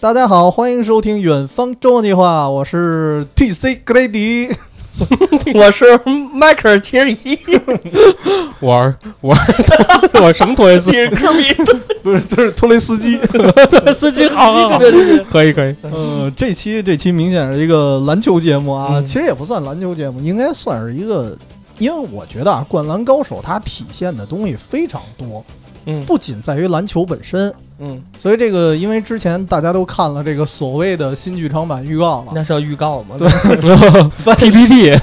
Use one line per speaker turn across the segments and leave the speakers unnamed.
大家好，欢迎收听《远方周末计划》，我是 T C 格雷迪。
我是迈克尔七十一，
我儿我儿我什么托雷斯
你？是科比，
不是，这是托雷斯 基。
司机好好好
对对对对，
可 以可以，
呃，这期这期明显是一个篮球节目啊，
嗯
其实也不算篮球节目，应该算是一个，因为我觉得啊，《灌篮高手》它体现的东西非常多，
嗯
不仅在于篮球本身，
嗯，
所以这个因为之前大家都看了这个所谓的新剧场版预告了，
那是要预告吗？。
PPT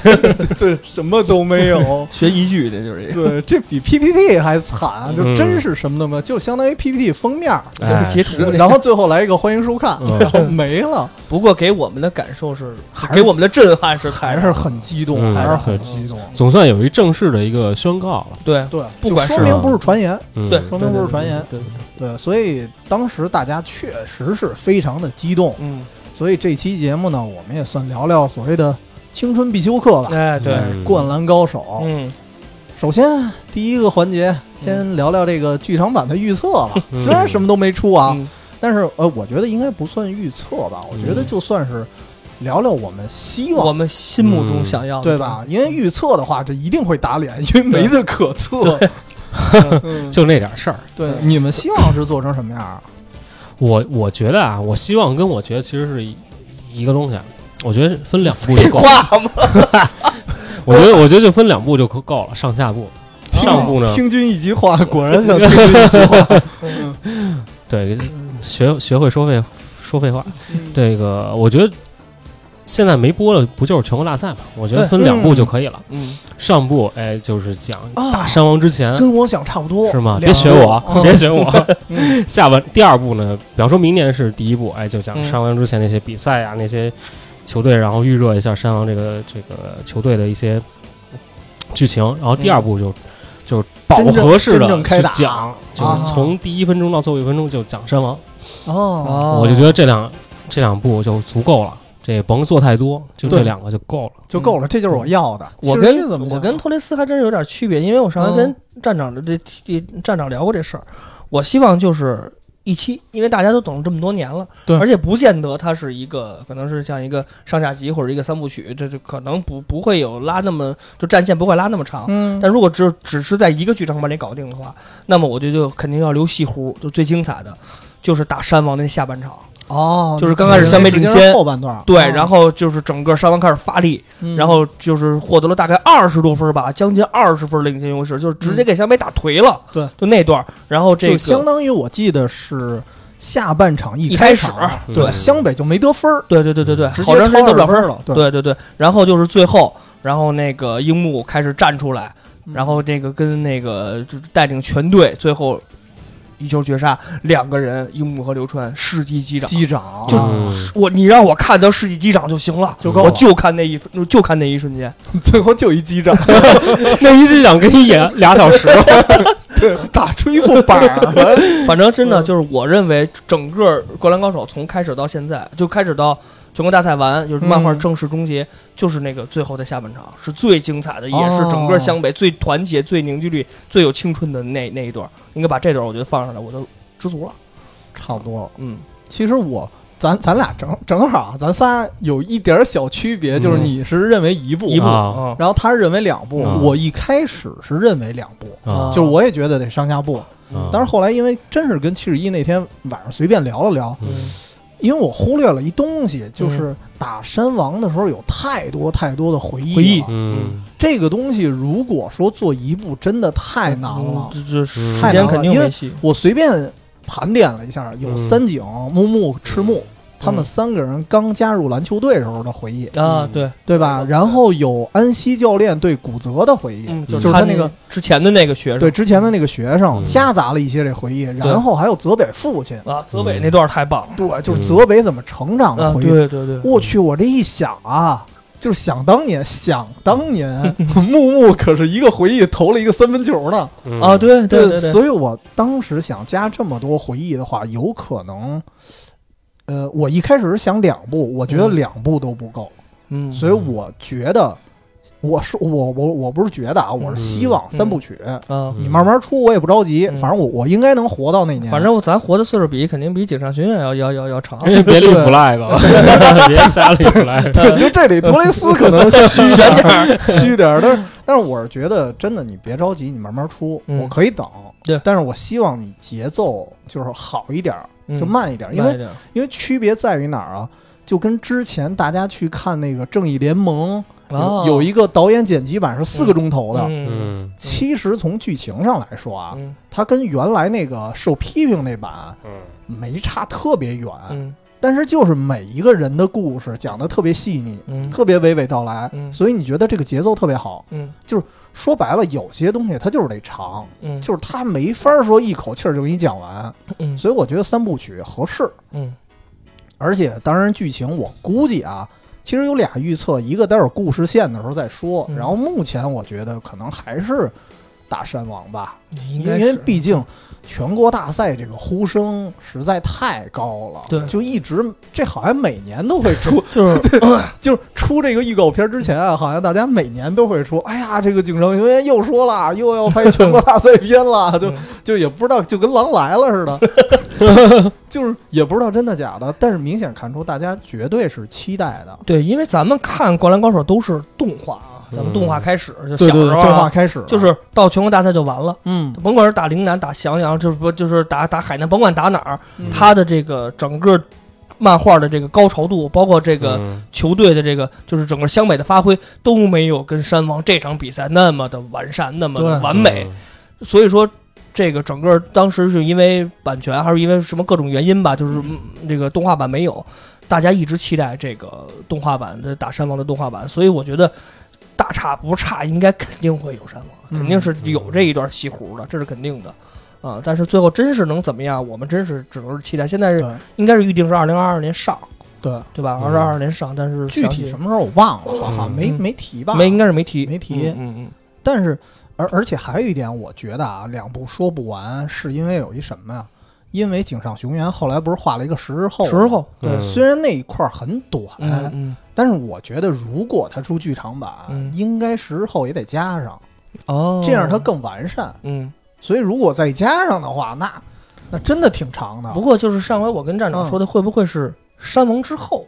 对，什么都没有
学一句的就是这个，
对，这比 PPT 还惨，就
嗯
真是什么都没有，就相当于 PPT 封面儿，
哎这是截图那个。
然后最后来一个欢迎收看，
嗯
然后没了，
不过给我们的感受是，
还是
给我们的震撼是太
还是很激动，
嗯
还是很激动。
总算有一正式的一个宣告了。
对
对，
不
就
管是
说明不是传言，
嗯
对，
说明不是传言
对，对对对
对，所以当时大家确实是非常的激动，
嗯，
所以这期节目呢，我们也算聊聊所谓的青春必修课吧，
哎对，
嗯
灌篮高手》
嗯，
首先第一个环节，先聊聊这个剧场版的预测吧。
嗯
虽然什么都没出啊，
嗯
但是呃，我觉得应该不算预测吧，我觉得就算是聊聊我们希望
我们心目中想要的
哦对吧？？因为预测的话，这一定会打脸，因为没得可测。 嗯
就那点事儿，
对，你们希望是做成什么样啊？
我我觉得啊，我希望跟我觉得其实是一一个东西啊，我觉得分两步
废
就够。
话吗？
我觉得我觉得就分两步就够了，上下步。
嗯
上步呢，
听君一席话，果然想听君一席话。嗯
对，学学会说废说废话。
嗯
这个我觉得现在没播了，不就是全国大赛嘛？我觉得
对
分两步就可以了。
嗯，哦
上部哎，就是讲
啊
大山王之前。
跟我想差不多，
是吗？
两
别学我，
个 哦
别学我。
嗯
下半第二部呢，比方说明年是第一部，哎，就讲
嗯
山王之前那些比赛啊，那些球队，然后预热一下山王这个这个球队的一些剧情。然后第二部就、就饱和
嗯
式
真
的
正开
去
打啊
讲，就是从第一分钟到最后一分钟就讲山王。
哦，
哦
我就觉得这两这两部就足够了，这也甭做太多，就
对
这两个就够了。
就够了，这嗯就是我要的。
我
其实
跟
你怎么想啊嗯
我跟托雷斯还真是有点区别，因为我上回跟站长的这这站长聊过这事儿，我希望就是一期，因为大家都等了这么多年了，
对
而且不见得它是一个，可能是像一个上下集或者一个三部曲，这就可能不不会有拉那么就战线不会拉那么长。
嗯，
但如果只只是在一个剧场版里搞定的话，那么我觉得就肯定要留西湖，就最精彩的，就是打山王的那下半场。
哦，
就是刚开始相
没
对领先
后半段，
对，
哦
然后就是整个山王开始发力，
嗯
然后就是获得了大概二十多分吧，将近二十分领先优势，就是直接给湘北打颓了。
对
就那段儿，然后这
就
个
相当于我记得是下半场一
一开始
场，，
对
嗯
湘北就没得分儿，
对对对对对，
直接
好长时间得不了分
超
儿
二了对
对对对，然后就是最后，然后那个樱木开始站出来，然后这个跟那个就是带领全队最后一球绝杀，两个人樱木和流川世纪击掌。
击掌
就
啊
嗯
我你让我看到世纪击掌就行了，
就够
我
了，
就看那一分，就看那一瞬间。
最后就一击掌，
那一季想给你演俩小时，
对，打出一副板儿
反正真
嗯
的就是，我认为整个《灌篮高手》从开始到现在，就开始到全国大赛完，就是漫画
嗯
正式终结，就是那个最后的下半场是最精彩的，也是整
哦
个湘北最团结、最凝聚力、最有青春的那那一段。应该把这段我觉得放上来，我就知足了。
差不多了。
嗯，
其实我。咱咱俩正正好，咱仨有一点儿小区别，就是
嗯
你是认为一部，
一部，
啊
嗯，
然后他是认为两部。
嗯
我一开始是认为两部，
啊
啊
就是我也觉得得上下部，
啊
但是后来因为真是跟七十一那天晚上随便聊了聊，
嗯
因为我忽略了一东西，就是打山王的时候有太多太多的回忆了。
回忆
嗯
这个东西如果说做一部，真的太难了。
嗯这这时
难
太
间
了
肯定
因为
没戏。
我随便盘点了一下，有
嗯
三井、木木、赤木。他们三个人刚加入篮球队时候的回忆，
啊，
嗯
对，
对吧？然后有安西教练对古泽的回忆，
嗯，
就是
他
他
那个
之前的那个学生，
对之前的那个学生，
嗯
夹杂了一些这回忆。然后还有泽北父亲，
啊，泽北那段太棒了。
对，就是
嗯
泽北怎么成长的
啊，
回忆。
对对对，
我去，我这一想啊，就是想当年，想当 年，木木可是一个回忆投了一个三分球呢。
嗯
啊，对对对对，
所以我当时想加这么多回忆的话，有可能，呃，我一开始是想两部，我觉得
嗯
两部都不够，
嗯，
所以我觉得我是我我我不是觉得啊，我是希望
嗯
三部曲，
啊，
你慢慢出，我也不着急，
嗯
反正我我应该能活到那年。
反正咱活的岁数比肯定比井上巡演要要要要长。
哎
别立 flag，别 瞎立 flag。
对 就这里
呃
托雷斯可 能虚
悬
点儿，虚点儿，但是但是我是觉得真的，你别着急，你慢慢出，
嗯
我可以等。
对
但是我希望你节奏就是好一点儿，就
嗯
慢一点儿，因
慢一
为
点，
因为区别在于哪儿啊？就跟之前大家去看那个《正义联盟》
啊
有，有一个导演剪辑版是四个钟头的。
嗯
嗯
其实从剧情上来说啊，
嗯
它跟原来那个受批评那版
嗯
没差特别远，
嗯
但是就是每一个人的故事讲得特别细腻，
嗯
特别娓娓道来，
嗯
所以你觉得这个节奏特别好。
嗯
说白了，有些东西它就是得长，
嗯，
就是它没法说一口气儿就给你讲完，
嗯
所以我觉得三部曲合适。
嗯
而且，当然剧情我估计啊，其实有俩预测，一个待会儿故事线的时候再说。
嗯
然后目前我觉得可能还是大山王吧，
应
因
该
为
是
毕竟全国大赛这个呼声实在太高了，
对
就一直这好像每年都会出，
就是
就是出这个预告片之前啊，好像大家每年都会说，哎呀，这个井上雄彦又说了，又要拍全国大赛片 了，就
嗯
就也不知道，就跟狼来了似的， 就是也不知道真的假的，但是明显看出大家绝对是期待的。
对，因为咱们看《灌篮高手》都是动画啊，咱们动
嗯
画开始就小时候
动画
啊，
开始了
就是到全国大赛就完了。
嗯，
甭管是打陵南、打襄阳，就是不就是打打海南，甭管打哪儿，嗯他的这个整个漫画的这个高潮度，包括这个
嗯
球队的这个就是整个湘北的发挥都没有跟山王这场比赛那么的完善，那么的
对
完美。，
嗯
所以说，这个整个当时是因为版权还是因为什么各种原因吧，就是嗯这个动画版没有，大家一直期待这个动画版的打山王的动画版，所以我觉得大差不差，应该肯定会有山王，
嗯
肯定是有这一段西湖的，这是肯定的。啊、但是最后真是能怎么样？我们真是只能是期待。现在是
对
应该是预定是二零二二年上，
对，
对吧？二
嗯
零二二年上，但是
具
详
体
细
什么时候我忘了，好像没
嗯
没提吧？
没应该是没提，
没提
嗯嗯嗯
但是，而而且还有一点，我觉得啊，两部说不完，是因为有一什么呀？因为井上雄彦后来不是画了一个十日后
嗯，
吗，
时候对，
嗯
虽然那一块儿很短，
嗯嗯
但是我觉得如果他出剧场版，
嗯
应该十日后也得加上，
哦，
这样它更完善。
嗯。
所以如果再加上的话，那那真的挺长的
不。过就是上回我跟站
嗯
长说的，会不会是山王之后？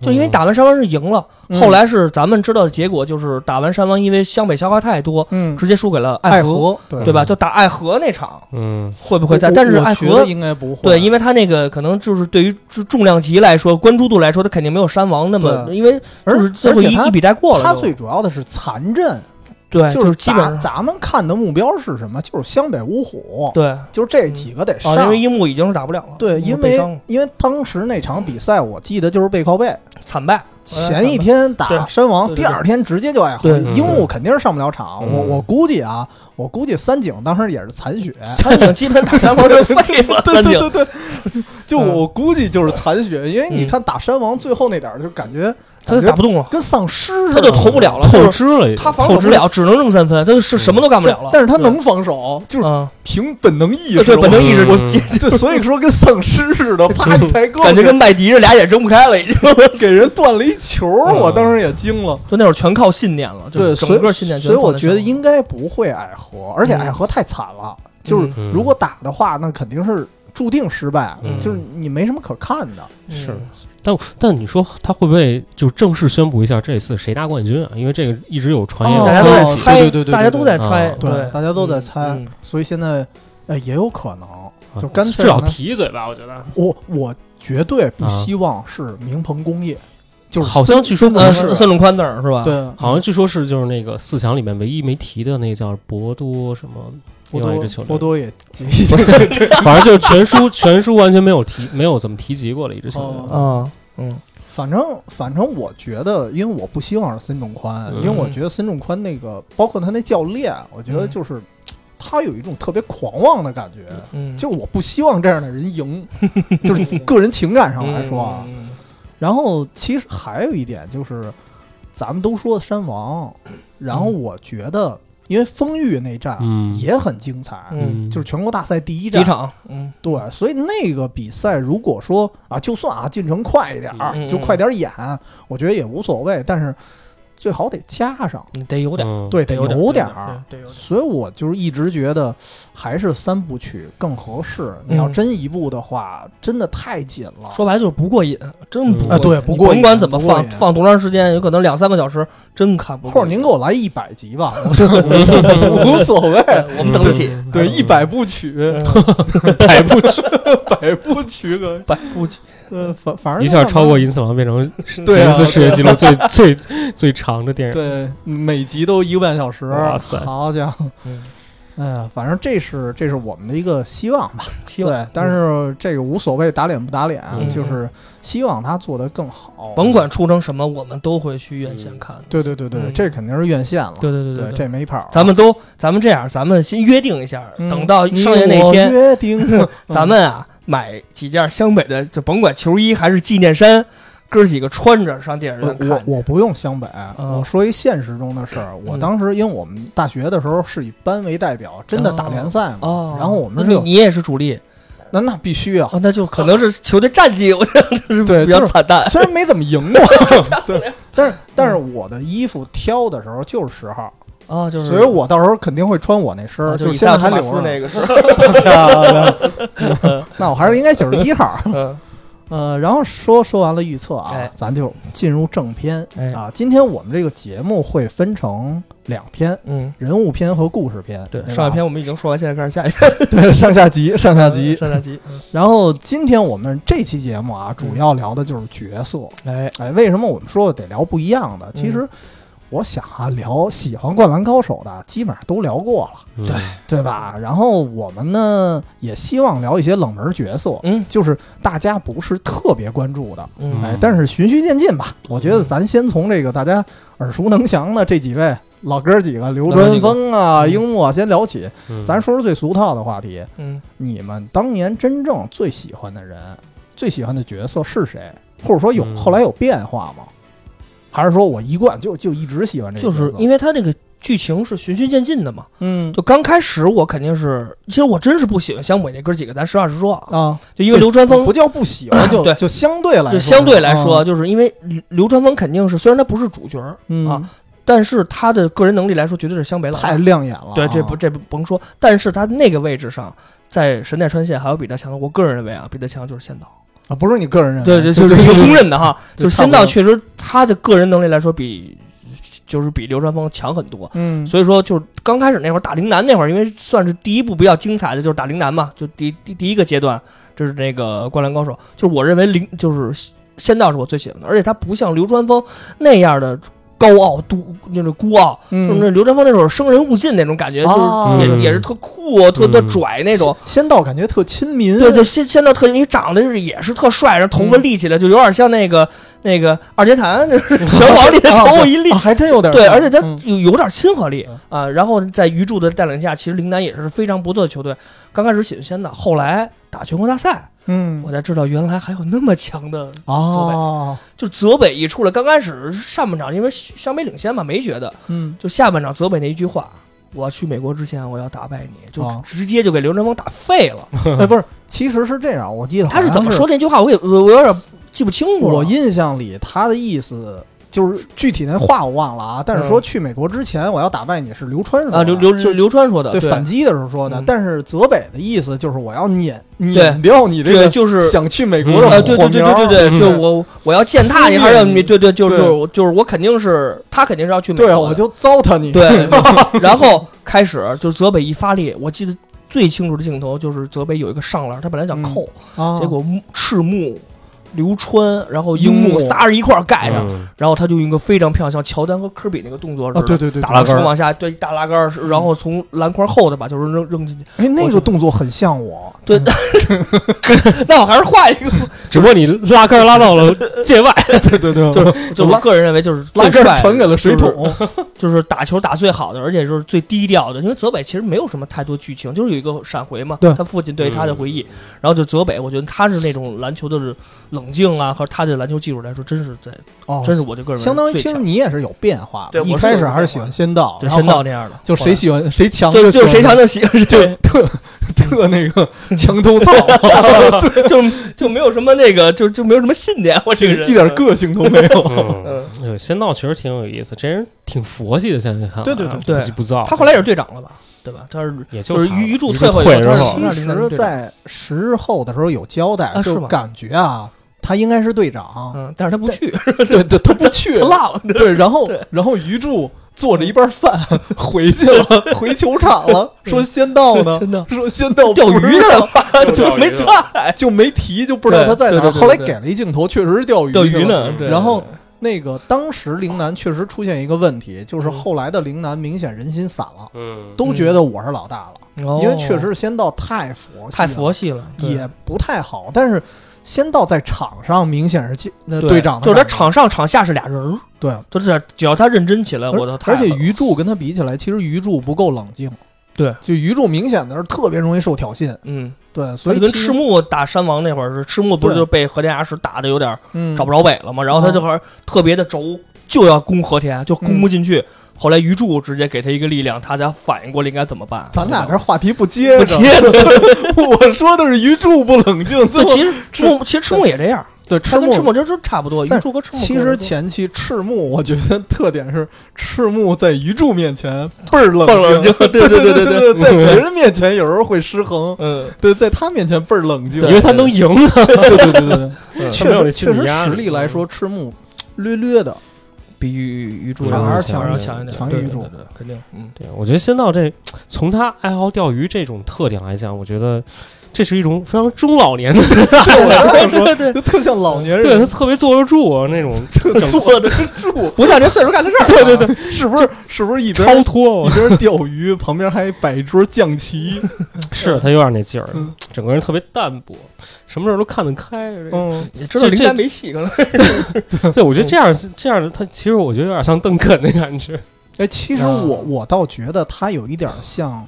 就因为
嗯
打完山王是赢了，
嗯
后来是咱们知道的结果，就是打完山王，因为湘北消化太多，
嗯，
直接输给了
爱
河，
河对
对吧？
嗯
就打爱河那场
嗯
会不会在？但是爱河
应该不会。
对，因为他那个可能就是对于重重量级来说，关注度来说，他肯定没有山王那么，
对
因为就是
而
最后
而且
一
他
一笔带过了就。
它最主要的是残阵，
对，就是基本
咱
上
咱们看的目标是什么？就是湘北五虎，
对啊，
就是这几个得上。
因为樱木已经是打不了了，
对，
樱
因
木被伤了
为因为当时那场比赛，我记得就是背靠背，
惨败，
前一天
哎对
打山王，
对
第
对
二天直接就爱河。
对
樱木肯定是上不了场，
嗯
我我估计啊，我估计三井当时也是残血。
三井基本打山王就 废了， 三井
对对， 就
嗯
我估计就是残血，因为你
嗯
看打山王最后那点儿，就感觉
他就
感觉
打不动了，
跟丧尸似
他
的，
就投不了了，
嗯
就是
透支了，
他防守不了，只能扔三分，他是什么都干不了了。
但是他能防守，就是
啊，
凭本能意识，
对，本能意识
嗯
就
嗯
就
对，所以说跟丧尸似的，啪一抬胳膊，
感觉跟麦迪是俩眼睁不开了，已经。
给人断了一球，
嗯
我当时也惊了。
就那会儿全靠信念了，就
对，
整个信念全
所以
放在
我
上
觉得应该不会矮河，而且矮河太惨了，就是
嗯
如果打的话，那肯定是注定失败，
嗯
就是你没什么可看的。
嗯
是，但但你说他会不会就正式宣布一下这次谁拿冠军啊？因为这个一直有传言，
哦
大家都在
哦
猜，
对对对对
大家都在猜
啊，
对，
大家都在猜，
嗯
所以现在呃也有可能，
啊
就干脆
至少
让他
提一嘴吧，我觉得。
我我绝对不
啊
希望是明鹏工业，就是
好像
森
据说
森
呃，
林
是
是
孙龙宽字儿是吧？，
对，
好像据说是就是那个四强里面唯一没提的那叫博多 什么，
波
另外一
多
支球队
波多也急，
反正就是全书全书完全没有提，没有怎么提及过了一支球队。
哦
啊，嗯，
反正反正我觉得，因为我不希望是孙仲宽，
嗯
因为我觉得孙仲宽那个，包括他那教练，我觉得
嗯
就是、他有一种特别狂妄的感觉。
嗯，
就我不希望这样的人赢， 就是个人情感上来说啊。
嗯，
然后其实还有一点就是，咱们都说山王，然后
嗯
我觉得，因为丰裕那战
嗯
也很精彩，
哦嗯
就是全国大赛第一
第
战
一，场，嗯，
对，所以那个比赛如果说啊，就算啊进程快一点儿，
嗯嗯
就快点儿演，我觉得也无所谓。但是最好得加上，
你得有点儿，
嗯
对，得
得有
有
点
点
儿，
儿。
对得有点儿。
所以我就是一直觉得还是三部曲更合适。你要
嗯
真一部的话，真的太紧了。
说白了就是不过瘾，真不
嗯
过
啊
瘾
对不过
你甭管
瘾
怎么
不过
放，
瘾
放多长时间，有可能两三个小时，真看不过瘾。
或者您给我来一百集 吧，我就无所谓。
对，我们等
嗯
得起。嗯
对，一百部曲，
百步曲
百部曲 可，
百不起，
呃，反反正
一下超过《银次郎》，变成
对
吉
啊
尼斯世界纪录最最最长的电影。
对，每集都一个半小时，
哇塞
好家伙！
嗯
哎呀，反正这是这是我们的一个希望吧，
希望嗯
对，但是这个无所谓打脸不打脸，
嗯
就是希望他做得更好。
甭，管出成什么，我们都会去院线看的。
对对对对，
嗯
这肯定是院线了，
对对对
这没跑儿。
咱们都咱们这样，咱们先约定一下，
嗯
等到上映
你
那
我
天，
约定
咱们啊买几件湘北的，就甭管球衣还是纪念衫，哥几个穿着上电影
我
院看
我。我不用湘北，我说一现实中的事儿。我
嗯
当时因为我们大学的时候是以班为代表，真的打联赛嘛，
哦，
然后我们
那
是有
你你也是主力，
那那必须 啊，
哦，那就可能是球队战绩，我觉得是
对
比较
就是
惨淡。
虽然没怎么赢 过，
嗯
对，但是但是我的衣服挑的时候就是十号，
啊，就是，
所以我到时候肯定会穿我那身儿，
啊就
就是现在还留着
马斯
呢。
那个是吧，
那我还是应该九十一号。
嗯
呃，然后说说完了预测啊
哎，
咱就进入正片
哎
啊。今天我们这个节目会分成两篇。
嗯，
人物篇和故事篇，
对，
吧
上一 篇我们已经说完，现在开始下一篇，
对啊上下集上下集，
上下集， 嗯
然后今天我们这期节目啊，主要聊的就是角色。
哎，
哎，为什么我们说得聊不一样的？其实我想啊，聊喜欢《灌篮高手》的，基本上都聊过了，
对，
对吧？然后我们呢，也希望聊一些冷门角色，
嗯
就是大家不是特别关注的。
嗯
哎
嗯，
但是循序渐进吧。我觉得咱先从这个大家耳熟能详的这几位老哥几个，刘
老哥几
川枫
个
啊、
嗯
樱木啊，先聊起。
嗯
咱说说最俗套的话题，
嗯，
你们当年真正最喜欢的人、最喜欢的角色是谁？或者说有
嗯
后来有变化吗？还是说我一贯就就一直喜欢这个
就
角色？
是因为它那个剧情是循序渐进的嘛，
嗯
就刚开始我肯定是，其实我真是不喜欢湘北那哥几个，咱实话实说啊，
啊，
就因为刘川
不
枫，
叫不喜欢，就
对
就相对来
就
说
相对来说，
啊
就是因为刘川枫肯定是虽然他不是主角，
嗯
啊但是他的个人能力来说，绝对是湘北老大
太亮眼了啊。
对，这不这不甭说，但是他那个位置上，在神奈川县还有比他强的，我个人认为啊，比他强就是仙道，
啊，不是你个人认为，
对对，
就
就是一个公认的哈，
对
就是仙道确实他的个人能力来说比就是比流川枫强很多，
嗯，
所以说就是刚开始那会儿打陵南那会儿，因为算是第一部比较精彩的就是打陵南嘛，就第第第一个阶段，就是那个《灌篮高手》，就是我认为陵就是仙道是我最喜欢的，而且他不像流川枫那样的高傲独就是孤傲，
嗯
就是那流川枫那种生人勿近那种感觉，
哦
就是
嗯
也也是特酷、啊特
嗯
特拽那种。
仙仙道感觉特亲民，哦
对对，仙仙道特你长得就是也是特帅，然后头发
嗯
立起来，就有点像那个那个二阶堂，就是拳皇里的头发一立
啊，，还真有点
对，
像
而且他
嗯
有有点亲和力
嗯
啊。然后在鱼柱的带领下，其实陵南也是非常不错的球队。刚开始喜欢仙道，后来打全国大赛，我
嗯
才知道原来还有那么强的。
哦，
就泽北一出来，刚开始上半场因为湘北领先嘛，没觉得。
嗯
就下半场泽北那一句话。我要去美国之前，我要打败你，就
哦
直接就给刘振峰打废了。
哎，不是，其实是这样，我记得
嗯他是
好像
怎么说那句话？我给我我有点记不清楚了。
我印象里他的意思就是具体那话我忘了啊，但是说去美国之前我要打败你是刘川说的
嗯啊，刘刘
就
刘川说的，
对
对
反击的时候说的
嗯，
但是泽北的意思就是我要撵
对
撵掉你这
对，
个
就是
想去美国的
啊，对对
火
对
苗
对对对，
嗯
就我我要践踏你，还是要你？
嗯
对对，就是
对
我就是我肯定是他肯定是要去美
对，
国
我
的，
就糟蹋你，
对。然后开始就是泽北一发力，我记得最清楚的镜头就是泽北有一个上篮，他本来想扣，
啊，
结果木赤木、刘川，然后
樱
樱木
木
仨人一块儿盖上，
嗯
然后他就用一个非常漂亮，像乔丹和科比那个动作
啊，
似
对
的。
对对，
打
了
了
把手
杆儿
往下对大拉杆儿，然后从篮筐后头吧，就是扔扔进去。
哎，那
我
个
就
动作很像我，
对
嗯
那我还是画一个，
只不过你拉杆儿拉到了界外，
对对对，
就是 就我
拉
个人认为就是最
拉杆
帅
儿
的
传给了水
就是
桶，
就是打球打最好的，而且就是最低调的。因为泽北其实没有什么太多剧情，就是有一个闪回嘛，
对
他父亲对他的回忆。然后就泽北，我觉得他是那种篮球的冷静啊，和他的篮球技术来说，真是在，
哦，
真是我就个人
相当于
最
其实
强，
你也是有变化的，
对
一
我是
开
有
始还是
变
喜
化
欢
的
仙道，
对
然后
仙道那样的，
就谁喜欢谁强
对，
就
就
喜
谁
欢
强就行，
就
对
特特那个墙头草，
就就没有什么那个，就就没有什么信念， 我这个人
一点个性都 没 有。
嗯，哎呦仙道确实挺有意思，这人挺佛系的，现在看来啊
对对对对
不急不躁。
他后来也是队长了吧？对吧？他
嗯
是
也
就是是
他
鱼
鱼
柱
柱
退后以
退
后
之
他
后
其
是那个
实，
队长
在十日后的时候有交代，
啊是
就
吗
感觉啊，他应该是队长，
嗯，但是他不去，
对对，他不去
他，落了。
对，然后
对
然后鱼柱做着一半 饭回去了，回球场了，说仙道呢，
真的
说仙道
钓鱼
不知
去
道
了吧？ 就没在
就没提，就不知道他在哪
对对
儿。
对对
后来
对
给了一镜头，确实是钓鱼
钓
去
鱼
了。
呢。
嗯
对
然后那个当时陵南确实出现一个问题，就是
嗯
后来的陵南明显人心散了，
嗯，
都觉得我是老大了，
因
因为确实仙道太佛系
哦太
了
佛系了，对
也不太好，但是。仙道在场上明显是进那
对
队长的
就是他
感觉
场上场下是俩人儿，
对，
就是只要他认真起呃来，我都太
而而且
狠了
鱼柱跟他比起来，其实鱼柱不够冷静。
对，
就鱼柱明显的是特别容易受挑衅。
嗯，
对，所
所
以
以跟
其实
赤木打山王那会儿是赤木不是
对
就被和田牙石打的有点
嗯
找不着北了吗？然后他这会儿特别的轴，就要攻和田，就攻不进去。后来鱼柱直接给他一个力量，他才反应过来应该怎么办。
咱俩
对吧
这话题不接
不
着，
接 着
我说的是鱼柱不冷静，最
对，
后
其实赤木其实赤木也这样，
对
他
赤
跟赤
木。
木真是差不多，鱼
但
柱和赤木
其
可
实
能
前期赤木，我觉得特点是赤木在鱼柱面前倍儿冷
蹦了 就对对
对
对
对
对，
对，在别人面前有时候会失衡，
嗯，
对，在他面前倍儿冷静，
因为他能赢啊，
对对对对对，
嗯
确
他没有
实
这
确实
心理压力
实力来说，赤木略略的
比鱼鱼柱
还是
要
强
强一点，
强于
对
鱼
对
柱
对对肯定，嗯。
对，我觉得仙道这从他爱好钓鱼这种特点来讲，我觉得这是一种非常中老年的，
对
对对，
就特像老年
对他
人
特别坐得住啊那种，
坐得住，
不像这岁数干的事儿。啊对对对，
是不是？是不是一边
超脱
一
啊，
边钓鱼，旁边还摆一桌象棋？
是他有点那劲儿
嗯，
整个人特别淡泊，什么事儿都看得开啊。这个
嗯，
你知道
这
林丹没戏，可能
对，我觉得这样这样的他，其实我觉得有点像邓肯的感觉。
哎，其实
啊
我我倒觉得他有一点像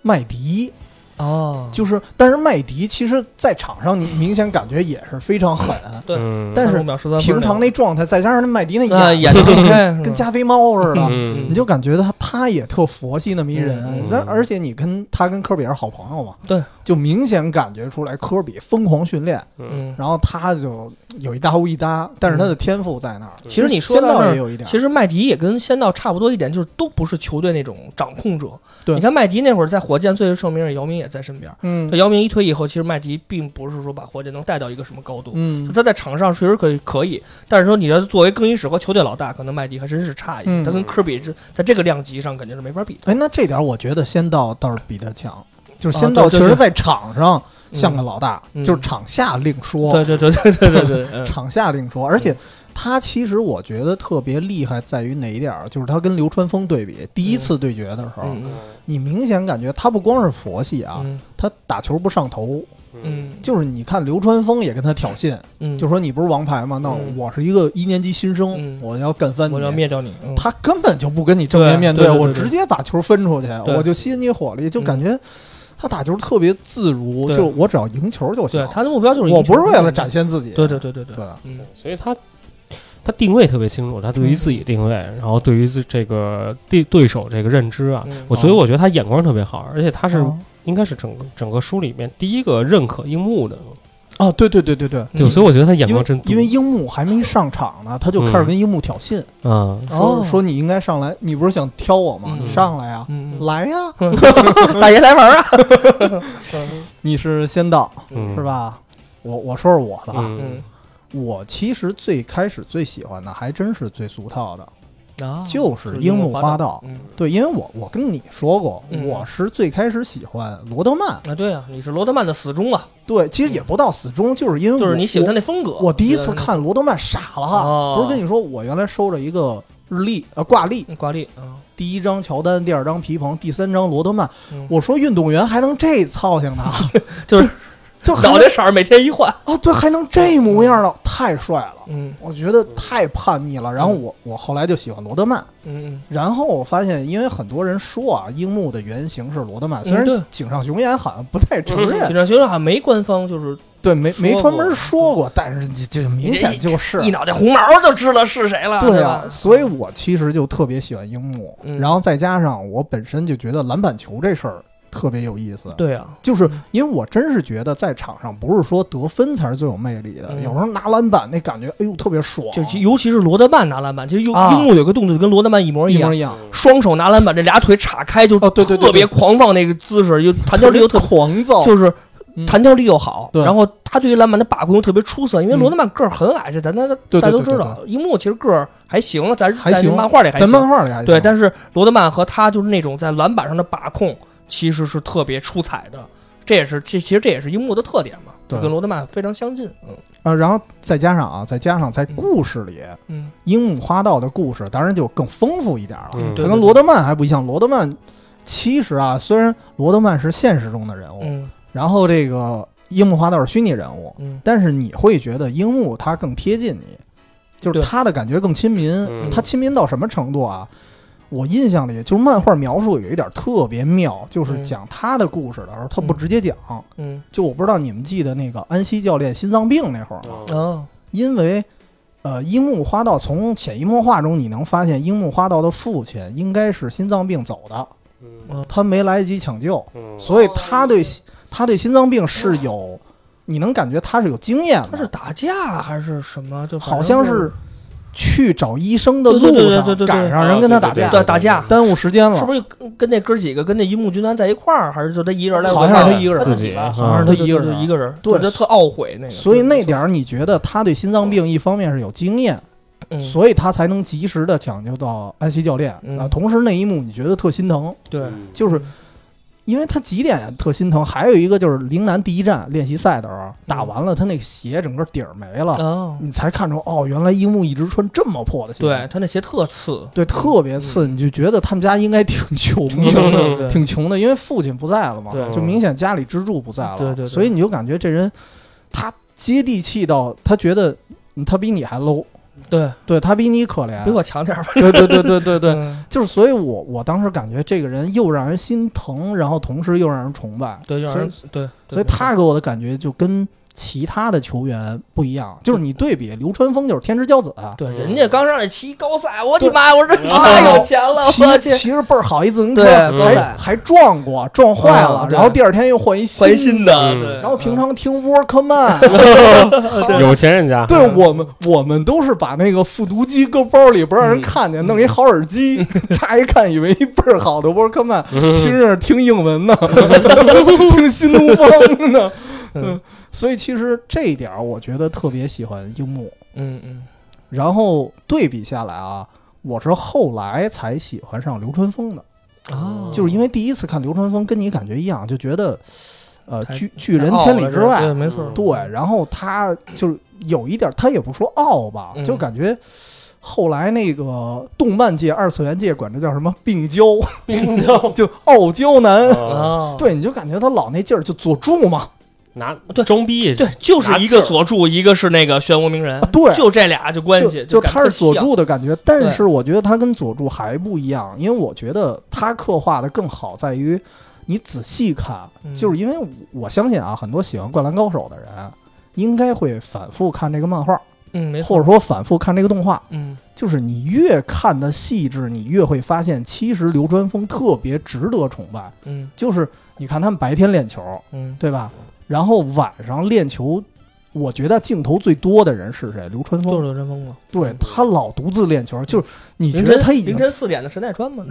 麦迪，
哦
就是但是麦迪其实在场上你明显感觉也是非常狠，
对
嗯
但是
35秒13分
平常那状态，再加上那麦迪那
啊
眼
演的 开，
跟加菲猫似的。
嗯
你就感觉他他也特佛系那么一人
嗯，
但
嗯
而且你跟他跟科比也是好朋友嘛，
对，
就明显感觉出来科比疯狂训练，
嗯。
然后他就有一搭无一搭，但是他的天赋在那儿。
其实你说
仙
到
道
那儿
也有一点，
其实麦迪也跟仙道差不多一点，就是都不是球队那种掌控者。
对
你看麦迪那会儿在火箭最为盛名，姚明也在身边。
嗯
这姚明一退役以后，其实麦迪并不是说把火箭能带到一个什么高度。
嗯
他在场上确实可以可以，但是说你要作为更衣室和球队老大，可能麦迪还真是差一些。
嗯
他跟科比这在这个量级上肯定是没法比的。
哎，那这点我觉得仙道倒是比他强，就是
啊
仙
对
道
对
确
对
实在场上像个
嗯
老大，
嗯
就是场下另说，
对对对对对对对， 嗯
场下另说。而且他其实我觉得特别厉害在于哪一点儿，就是他跟流川枫对比，第一次对决的时候，
嗯
你明显感觉他不光是佛系啊，
嗯
他打球不上头，
嗯，
就是你看流川枫也跟他挑衅，
嗯
就说你不是王牌吗？那
嗯
我是一个一年级新生，
嗯
我要干翻你。
我要灭掉你。嗯
他根本就不跟你正面面
对对对
我
对
直接打球分出去，
对嗯
我就吸引你火力，就感觉他打球特别自如，
对
就我只要赢球就行
对。他的目标就是
我
赢球嗯
不是为了展现自己，
对对对对对
对，
嗯
所以他他定位特别清楚，他
嗯
对于自己定位，然后对于自这个对对手这个认知啊，
嗯
我所以我觉得他眼光特别好，而且他是
哦
应该是整个整个书里面第一个认可樱木的，
哦，对对对对
嗯
对。
对，所以我觉得他眼
因为
光真嗯
因为樱木还没上场呢，他就开始跟樱木挑衅，
啊，嗯
说
哦
说你应该上来，你不是想挑我吗？
嗯
你上来呀，
嗯嗯
来呀，
大爷来玩 啊！
你是仙道
嗯
是？吧？我我说说我的啊，
嗯
我其实最开始最喜欢的还真是最俗套的，
啊
嗯就是樱木花道。
嗯
对，因为我我跟你说过，
嗯
我是最开始喜欢罗德曼。
啊，对啊，你是罗德曼的死忠啊，
对，其实也不到死忠，就是因为
就是你喜欢他
那。
那风格。
我我第一次看罗德曼傻了
哦
哈，不是跟你说我原来收着一个日历呃挂历，
嗯挂历啊，
第一张乔丹，第二张皮蓬，第三张罗德曼
嗯，
我说运动员还能这操性呢，
就是
就还
脑
能
袋色儿每天一换。
哦对，还能这模样了，太帅了，
嗯
我觉得太叛逆了。然后我我后来就喜欢罗德曼，
嗯
然后我发现，因为很多人说啊，樱木的原型是罗德曼，虽
嗯对
然井上雄彦好像不太承
嗯，
认，
警察学生好像没官方就是
对，没
说
没专门
过
说过，但是这这明显就是
一。脑袋红毛就知道是谁了，
对啊，？
吧
所以我其实就特别喜欢樱木，
嗯
然后再加上我本身就觉得篮板球这事儿特别有意思。
对啊，
就是因为我真是觉得在场上不是说得分才是最有魅力的，
嗯
有时候拿篮板那感觉，哎呦特别爽，
就尤其是罗德曼拿篮板，其实樱
啊
樱木有个动作就跟罗德曼一模
一
样
模，一样，
双手拿篮板，这俩腿岔开就
哦对对对
特别狂放那个姿势，又弹跳力又特，
狂躁，
就是
嗯
弹跳力又好，
对
然后他对于篮板的把控又特别出色，因为
嗯
罗德曼个儿很矮，这咱咱
对对对
大家都知
对
道，樱木其实个儿还行，咱
还
咱
行
这漫画里还
在
行，
漫画里还
对，
行
但是罗德曼和他就是那种在篮板上的把控其实是特别出彩的。这也是这其实这也是樱木的特点嘛，就
对
跟罗德曼非常相近。嗯
啊，然后再加上啊，再加上在故事里，
嗯，
樱木花道的故事当然就更丰富一点了。
嗯
他
对
跟罗德曼还不一样，罗德曼其实啊，虽然罗德曼是现实中的人物，
嗯
然后这个樱木花道是虚拟人物，
嗯，
但是你会觉得樱木他更贴近你，就是
对
他的感觉更亲民。
嗯
他亲民到什么程度啊？我印象里，就是漫画描述有一点特别妙，就是
嗯
讲他的故事的时候，他不
嗯
直接讲。
嗯
就我不知道你们记得那个安西教练心脏病那会儿吗？
嗯哦，
因为，呃，樱木花道从潜移默化中，你能发现樱木花道的父亲应该是心脏病走的，
嗯
他没来得及抢
哦
救，
嗯
所以他对心他对心脏病是有，你能感觉他是有经验
他是
的，
打架还是什么？就反正
好像是去找医生的
对对对
路
对对
上
对对
赶上人跟他打
对
架
对，
对打架
耽误时间了
是，不是跟跟那哥儿几个跟那樱木军团在一块儿，还是就他一人来？
好像是他一个人
自己
吧
好像是
对
他一
对
个
对
人
啊对一个人，
啊对
就他特懊悔那个。
所以那点儿你觉得他对心脏病一方面是有经验，
嗯，
所以他才能及时的抢救到安西教练
嗯
啊。同时那一幕你觉得特心疼，
对，
就是因为他几点特心疼，还有一个就是陵南第一站练习赛的时候打完了，他那个鞋整个底儿没了，
哦，
你才看出哦，原来樱木一直穿这么破的鞋，
对他那鞋特次，
对，特别次，你就觉得他们家应该挺穷
挺
的，
穷的， 对
挺穷的，因为父亲不在了嘛，
对
就明显家里支柱不在了，
对对对
所以你就感觉这人他接地气到他觉得嗯他比你还 low，
对，
对他比你可怜
比，我强点儿吧。
对对对对对对，
嗯
就是，所以我我当时感觉这个人又让人心疼，然后同时又让人崇拜。
对，让
所
人
以
对，对
所以他给我的感觉就跟其他的球员不一样，就是你对比流川枫就是天之骄子，啊
对对
嗯
人家刚上来骑高赛，我的
对啊
妈，我这
嗯
太有钱了，
骑
我
骑
去，
着倍儿好一自行车，
对
还
高
赛
还撞过，撞坏了
嗯，对
然后第二天又换一新
欢欣的。
嗯
对
然后平常听 Workman，
有钱人家，
对我们我们都是把那个复读机搁包里，不让人
嗯
看见，弄一好耳 机，乍一看以为一倍儿好的 Workman，
嗯
其实是听英文呢，听新东方呢。嗯，所以其实这一点儿我觉得特别喜欢樱木。
嗯嗯
然后对比下来啊，我是后来才喜欢上流川枫的，
哦
就是因为第一次看流川枫跟你感觉一样，就觉得，呃，
太
拒拒人千里之外，
对，没错，
嗯
对，然后他就是有一点儿，他也不说傲吧，
嗯
就感觉后来那个动漫界、二次元界管这叫什么病娇，
冰雕
就傲娇 男。
啊
啊，
对，你就感觉他老那劲儿，就佐助嘛，
拿装逼，
对，就是
拿
一
劲
个
儿
佐助，一个是那个漩涡鸣人
啊， 对
嗯就这俩就关系
就就
感
他
特
是佐
像
助的感觉，但
对
是我觉得他跟佐助还不一样，因为我觉得他刻画的更好在于你仔细看，
嗯
就是因为我我相信啊，很多喜欢《灌篮高手》的人应该会反复看这个漫画，
嗯，没
或
错，
者说反复看这个动画，
嗯，
就是你越看的细致，你越会发现，其实流川枫特别值得崇拜。
嗯
就是你看他们白天练球，
嗯，
对吧？然后晚上练球，我觉得镜头最多的人是谁？流川
就是
枫。
刘真风嘛。
对他老独自练球，就是你觉
凌
得
晨
他已经
凌，晨四点的神奈川嘛，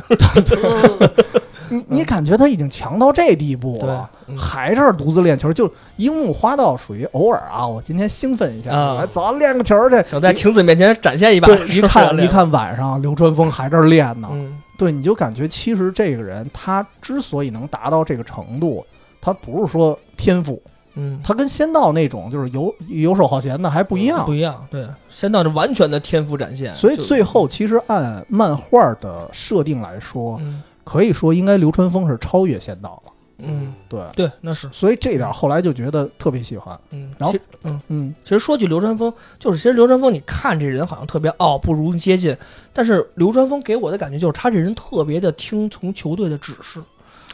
你你感觉他已经强到这地步
对嗯
了。，还是独自练球，就是樱木花道属于偶尔啊，我今天兴奋一下，
啊
来走啊练个球去。
想在晴子面前展现一把，
对，一
是不是
看一，啊看晚上流川枫还这儿练呢，
嗯，
对，你就感觉其实这个人他之所以能达到这个程度，他不是说天赋，
嗯，
他跟仙道那种就是游游手好闲的还不一样
不。一样，对，仙道是完全的天赋展现，
所以
哎就
最，后其实按漫画的设定来说，
嗯
可以说应该流川枫是超越仙道了。
嗯，
对，
对，那是，
所以这点后来就觉得特别喜欢。
嗯，
然后
其实，嗯，
嗯，
其实说句流川枫，就是其实流川枫，你看这人好像特别傲，不如接近，但是流川枫给我的感觉就是他这人特别的听从球队的指示，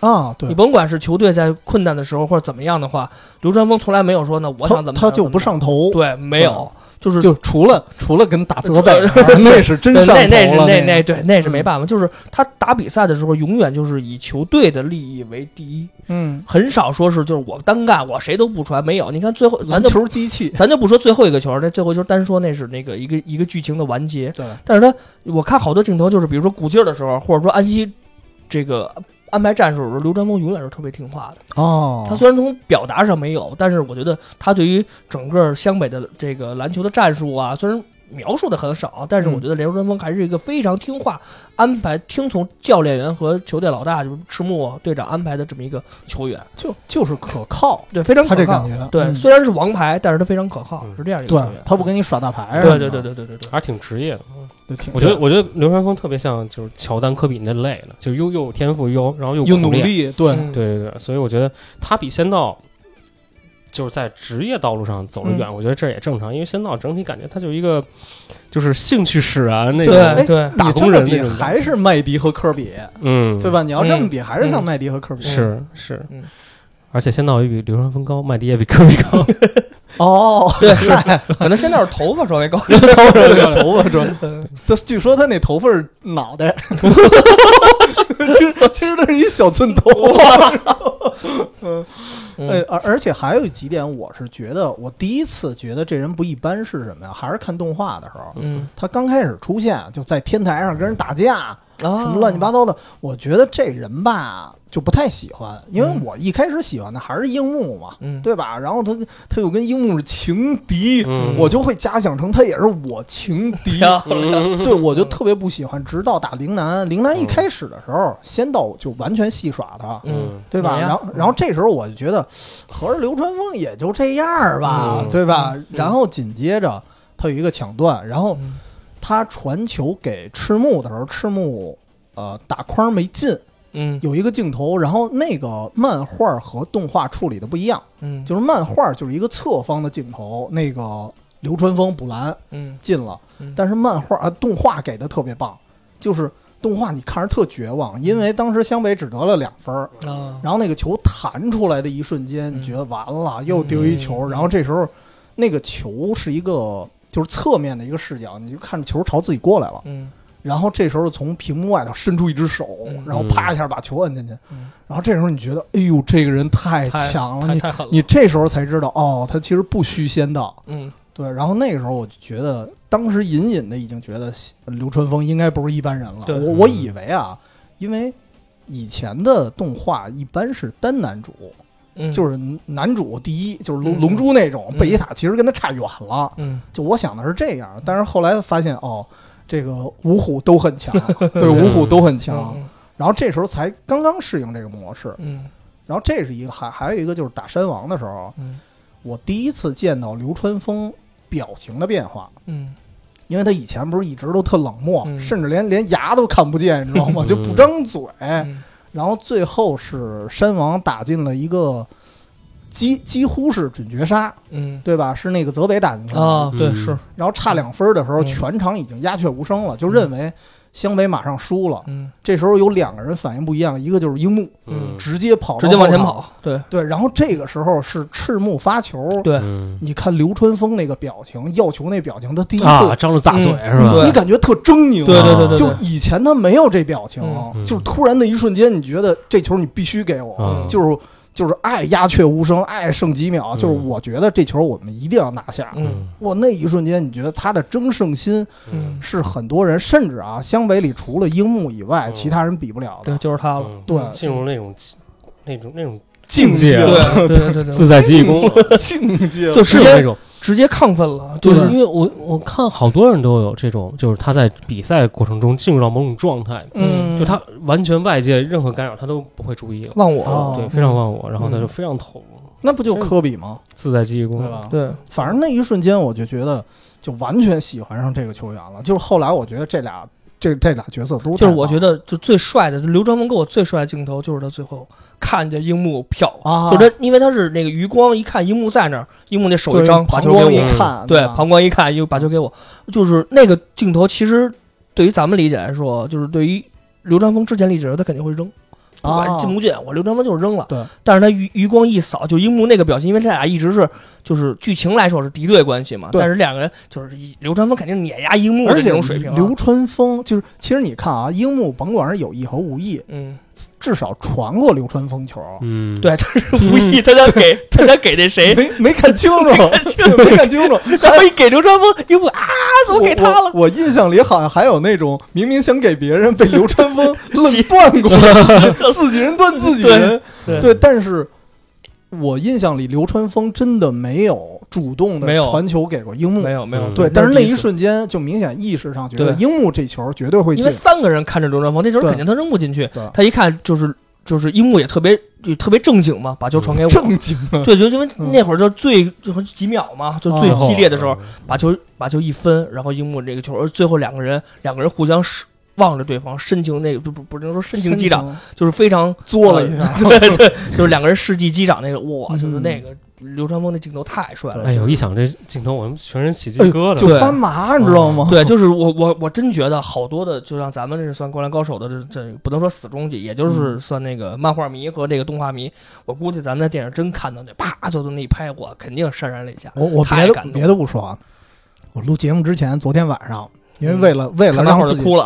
啊，对
你，甭管是球队在困难的时候或者怎么样的话，流川枫从来没有说呢，我
他
想怎么
他
样
就不，上头。啊
怎么样对，没有，就是
就除了除了跟打泽北啊， 那是真
对
上头
那那是
了那
那
嗯
那对那是没办法，就是他打比赛的时候，永远就是以球队的利益为第一，
嗯，
很少说是就是我单干，我谁都不传，没有。你看最后，嗯咱
篮
就
球机器，
咱就不说最后一个球，那最后一球单说那是那个一个一个剧情的完结，
对，
但是他我看好多镜头，就是比如说鼓劲儿的时候，或者说安西这个安排战术的时候，刘传峰永远是特别听话的。
哦，
他虽然从表达上没有，但是我觉得他对于整个湘北的这个篮球的战术啊，虽然描述的很少，但是我觉得刘传峰还是一个非常听话、安排、听从教练员和球队老大就是赤木队长安排的这么一个球员，
就就是可靠，
对，非常
他
可
这
靠
感。觉，
对，
嗯
虽然是王牌，但是他非常可靠，
嗯
是这样一个
对
球员。
他不跟你耍大牌，啊
对对对，对对对对，
还是挺职业的。
对挺
我觉得，我觉得流川枫特别像就是乔丹、科比那类的，就又又有天赋，又然后又
又
苦
努
练。
力，对，
嗯
对对对，所以我觉得他比仙道就是在职业道路上走得远，我觉得这也正常，因为仙道整体感觉他就是一个就是兴趣使然、那
哎
对
种，
对，
打
你这
工
么
人
比
那种感觉
还是麦迪和科比，
嗯，
对
吧？
吧？你要这么比，还是像
嗯
麦迪和科比。
是是
嗯，
而且仙道也比流川枫高，麦迪也比科比高，
哦，
对
是
可能现在是头发稍微高，
高
对头发 专，他据说他那头发是脑袋， 其 实其实他是一小寸头。 呃，
嗯
而而且还有几点，我是觉得我第一次觉得这人不一般是什么呀？还是看动画的时候，
嗯，
他刚开始出现就在天台上跟人打架，
什
什么乱七八糟的，我觉得这人吧就不太喜欢，因为
嗯
我一开始喜欢的还是樱木嘛，
嗯
对吧？然后他他又跟樱木是情敌，
嗯
我就会假想成他也是我情敌。
漂亮，
嗯
对，我就特别不喜欢，直到打陵南，陵南一开始的时候，仙道就完全戏耍他，
嗯，
对吧？
怎么样
然后，然后这时候我就觉得，合着流川枫也就这样儿吧，
嗯
对吧？
嗯
然后紧接着他有一个抢断，然后
嗯
他传球给赤木的时候，赤木呃打框没进，
嗯
有一个镜头，然后那个漫画和动画处理的不一样，
嗯，
就是漫画就是一个侧方的镜头，那个流川枫补篮
嗯
进了
嗯，
但是漫画啊动画给的特别棒，就是动画你看着特绝望，因为当时湘北只得了两分儿，
啊，
然后那个球弹出来的一瞬间，
嗯
你觉得完了，又丢一球，
嗯
然后这时候那个球是一个就是侧面的一个视角，你就看着球朝自己过来了，
嗯
然后这时候从屏幕外头伸出一只手，
嗯
然后啪一下把球摁进去，
嗯
然后这时候你觉得，哎呦，这个人太
太
强了，
太
你
太狠了，
你这时候才知道，哦，他其实不虚仙道。
嗯
对，然后那个时候我就觉得，当时隐隐的已经觉得流川枫应该不是一般人了。
对
我我以为啊，因为以前的动画一般是单男主，
嗯，
就是是男主第一，就是龙
嗯
龙珠那种，
嗯
贝吉塔其实跟他差远了。
嗯
就我想的是这样，但是后来发现哦，这个五虎都很 强，对，五虎都很强。
嗯
然后这时候才刚刚适应这个模式。
嗯
然后这是一个，还还有一个就是打山王的时候，
嗯
我第一次见到流川枫表情的变化，
嗯
因为他以前不是一直都特冷漠，
嗯
甚至连连牙都看不见，你知道吗？
嗯
就不张嘴。
嗯
然后最后是山王打进了一个几几乎是准绝杀，
嗯
对吧？是那个泽北打进去的
啊，对
嗯
是，
然后差两分的时候，
嗯
全场已经鸦雀无声了，就认为湘北马上输了。
嗯，
这时候有两个人反应不一样，一个就是樱木，
嗯
直接跑，
直接往前。跑，对
对，然后这个时候是赤木发球，
对
嗯
你看流川枫那个表情，要球那表情，他第一次，
啊，张着大嘴
嗯
是吧？
对
你感觉特狰狞。啊
对对对对，
就以前他没有这表情，
嗯
就是突然的一瞬间，你觉得这球你必须给我，
嗯
就是就是爱鸦雀无声，爱剩几秒，
嗯
就是我觉得这球我们一定要拿下。
嗯
哇，那一瞬间，你觉得他的争胜心
嗯，
是很多人，甚至啊，湘北里除了樱木以外，
嗯
其他人比不了
对
的。
就是他了，
嗯
对
进入那种那种那种
境界
了
对对对对对，
在即功，
嗯
境界
就直
是有那
接
种。
直接亢奋了，就
就是是因为我我看好多人都有这种，就是他在比赛过程中进入到某种状态，
嗯，
就他完全外界任何干扰他都不会注意了，
忘我
哦
了，
对，非常忘我，然后他就非常投入，
嗯那不就科比吗？
自在记忆功
对吧？
对，
反正那一瞬间，我就觉得就完全喜欢上这个球员了。就是后来我觉得这俩这这俩角色都
就是我觉
得
得就最帅的，就刘传峰给我最帅的镜头就是他最后看见樱木瞟，
啊，
就他因为他是那个余光一看樱木在那儿，樱木那手一张把
膀
球给
胱
我
一
嗯
看，
对，
吧
旁观一看又把球给我，就是那个镜头，其实对于咱们理解来说，就是对于刘传峰之前理解来说，他肯定会扔，不管
啊
进不进，我刘长风就是扔了。
对，
但是他余余光一扫，就樱木那个表情，因为他俩一直是就是剧情来说是敌对关系嘛，
对
但是两个人就是以刘长风肯定碾压樱木的
而
这
且
种水平啊。
流川枫就是，其实你看啊，樱木甭管是有意和无意，
嗯，
至少传过流川枫球，
嗯，
对，他是无意，他想给
嗯
他想给 那谁，
没没看清楚，没看清楚。
然后一给刘长风，樱木啊，怎么给他了？
我我？我印象里好像还有那种明明想给别人，被流川枫论
急
断过，自己人断自己人。
对
对，但是我印象里流川枫真的没有主动
没
的
有
传球给过樱木。
没有没有，
嗯
对，
嗯
但是那
第
一
次
瞬间就明显意识上觉得
对
樱木这球绝对会
因
进
为，三个人看着刘传峰，那球
对
肯定他扔不进去
对。
他一看就是就是樱木也特别就特别正经嘛，把球传给我。
正经 的。
对，就因为
嗯
那会儿就最就是几秒嘛，就最
啊
激烈的时
哦
候，把球把球一分，然后樱木这个球，而最后两个人两个人互相是望着对方，深情那个不不不能说深情击掌，就是非常
作了一下，
对 对，就是两个人世纪击掌那个，哇，就是
嗯
那个流川枫那镜头太帅了。
哎呦，一想这镜头，我们全身起鸡皮疙瘩
就。翻麻，你知道吗？
对，就是我我我真觉得好多的，就像咱们这算《灌篮高手》的这这不能说死忠也
嗯
就是算那个漫画迷和这个动画迷，我估计咱们在电影真看到那啪就这么一拍，我肯定潸然泪下。
我我别
太
的
感动
别的不说啊，我录节目之前，昨天晚上，因为
嗯
为了为了
看到
让
后
自
就
己
哭了，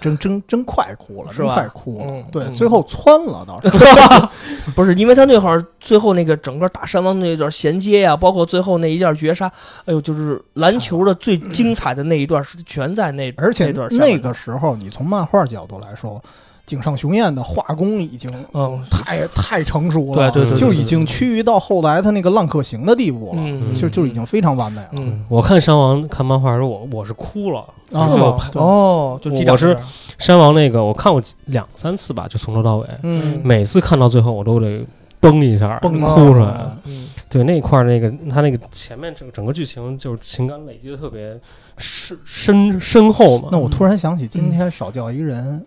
真真真快哭了，
是
真
吧
快哭了
嗯。
对，
嗯
最后窜了倒是。
不是因为他那会儿最后那个整个打山王那段衔接呀、包括最后那一下绝杀，哎呦，就是篮球的最精彩的那一段是全在那，
嗯而且
那段下半嗯
那个时候，你从漫画角度来说，井上雄彦的画工已经
嗯，
太太成熟了，
对对对
就
对
已经趋于到后来他那个浪客行的地步了，
嗯
就就已经非常完美了。
嗯
我看山王看漫画的时候，我我是哭了。
啊
就是我
对
哦，就击掌
我是山王那个，我看过几两三次吧，就从头到尾，
嗯，
每次看到最后我都得崩一下，
崩啊
哭出来。
了。
嗯
对那一块儿那个他那个前面整整个剧情就是情感累积的特别深深深厚嘛。
那我突然想起
嗯
今天少叫一人，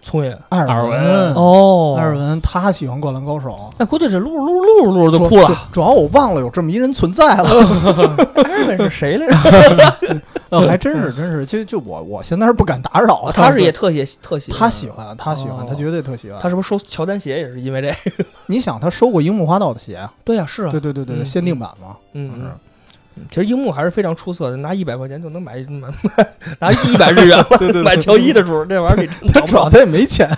聪爷
艾
尔
文
文，
哦
艾尔文他喜欢《灌篮高手
那估计是录着录着录着录》，着就
主
哭
要
了。。
主主要我忘了有这么一人存在了，
艾文是谁来着？
还真是真是，其实就我我现在是不敢打扰
嗯他是也特写特写，
他喜，欢，他喜欢，
哦
他绝对特喜欢。
他是不是收乔丹鞋也是因为这？
你想，他收过樱木花道的鞋啊？
对呀，是啊
对，对对对，对
嗯
限定版嘛。
嗯。 其实樱木还是非常出色的，拿一百块钱就能买买买拿一百日元
对对对
买乔伊的主，这玩意儿你 真
他
找不
主要
着，
他也没钱，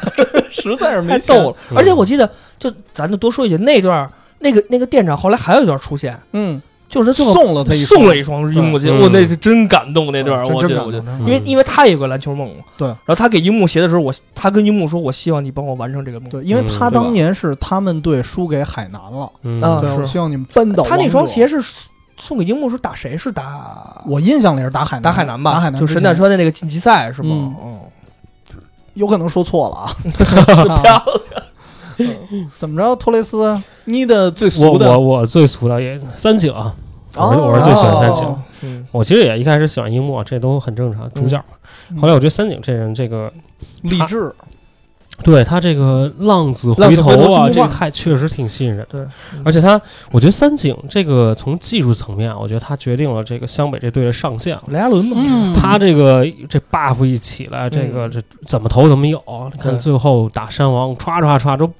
实在是没
太
钱。
逗了。
嗯
而且我记得，就咱就多说一句，那段儿那个那个店长后来还有一段出现，
嗯，
就是他最后
送了他一
送了
一
一双樱木鞋，
嗯
我那是真感动那段儿，我觉
真
得
感
我觉得
动。真
因
感
为
嗯
因为他也有个篮球梦嘛，
对
然后他给樱木鞋的时候，我他跟樱木说：“我希望你帮我完成这个梦。”
动对，因为他
嗯
当年是他们队输给海南了，
嗯
啊
对，
是
我希望你们扳倒
他那双鞋
王者，
是送给樱木是打谁？是打
我印象里是打海南，
打海南吧？
打海南
就
之前，
神奈川的那个晋级赛是吗？嗯，
有可能说错了 啊。
漂亮。
怎么着，托雷斯，你的最
我
俗的
我我最俗的也三井啊，我是
哦
我是最喜欢三井。
哦
嗯，
我其实也一开始喜欢樱木，啊这都很正常，主角嘛。
嗯
后来我觉得三井这人，这个
励志，
对他这个浪子
浪
回
子回头
头
金
啊，
不
这个
换
太确实挺吸引人。
对，嗯
而且他，我觉得三井这个从技术层面啊，我觉得他决定了这个湘北这队的上限了。
雷阿伦嘛，
嗯
他这个这 buff 一起来，这个这怎么投怎么有。你看
嗯
对
最后打山王，歘歘歘，都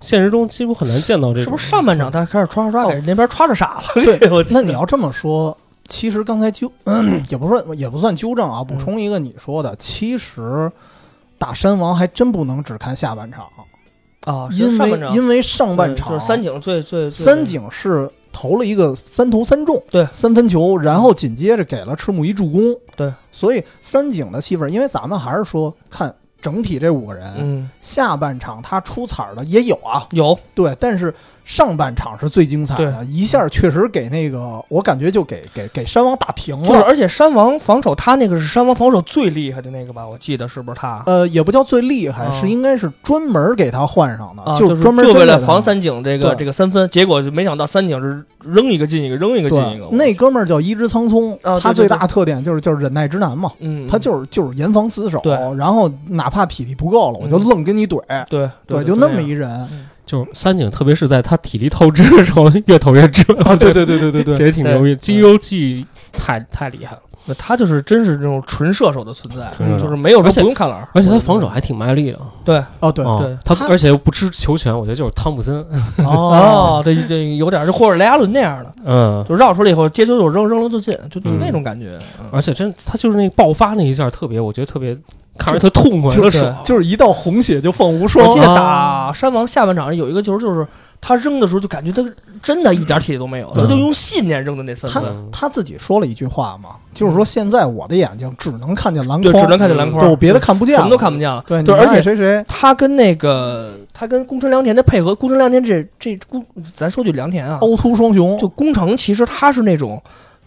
现实中几乎很难见到这种。
是不是上半场他开始刷刷刷
哦
给那边刷着 傻了？
对
我记
那
得
你要这么说，其实刚才纠、 嗯、也不算也不算纠正啊，
嗯
补充一个你说的，其实打山王还真不能只看下半场，
啊，是
因
上半
为
场
因为上半场
对就是三井最最最
三井是投了一个三投三中，
对嗯
三分球，然后紧接着给了赤木一助攻，
对，
所以三井的戏份，因为咱们还是说看整体这五个人，
嗯
下半场他出彩儿的也有啊，
有
对，但是上半场是最精彩的，一下确实给那个，我感觉就给给给山王打平了。
就是而且山王防守他那个是山王防守最厉害的那个吧？我记得是不是他？
呃，也不叫最厉害，
啊
是应该是专门给他换上的，
啊，
就是专门
就为
针对
了
他
防三井这个
对
这个三分，结果就没想到三井是扔一个进一个，扔一个进一个
对。，那哥们儿叫一之苍松，
啊对
他
对
最
对
大特点就是就是忍耐之男嘛，
嗯，
他就是就是严防死守
对，
然后哪怕体力不够了，我就
嗯
愣跟你怼，
对
对，
对，
就
对
那么一人。
就是三井，特别是在他体力透支的时候，越投越准。
啊，对对对对对
这，也挺牛逼。G U G 太太厉害了。
那他就是真是那种纯射手的存在，
纯射手
就是没有
而
说
且
不用看篮儿，
而且他防守还挺卖力的，
对
哦，对，
啊
对
他
他
而且又不吃球权，我觉得就是汤普森，嗯
哦，
哦，这这有点儿就或者雷阿伦那样的，
嗯，
就绕出来以后接球就扔，扔了就进，就就
嗯
那种感觉。嗯
而且真他就是那爆发那一下，特别我觉得特别看着特痛快，
就
特
是
爽，
就是一道红血就放无
我
双
记，得打
啊
山王下半场有一个球，就是他扔的时候就感觉他真的一点体力都没有，
嗯
他就用信念扔的那三
他
分，
他自己说了一句话嘛，就是说现在我的眼睛只能看见篮
对，
筐，
只能看见篮筐，
对我别的看不见
什
了，
么都看不见了。
对，
对，
你
而
爱
且啊
谁谁
他跟那个他跟宫城良田的配合，宫城良田这这宫，咱说句良田啊，
凹凸双雄，
就宫城其实他是那种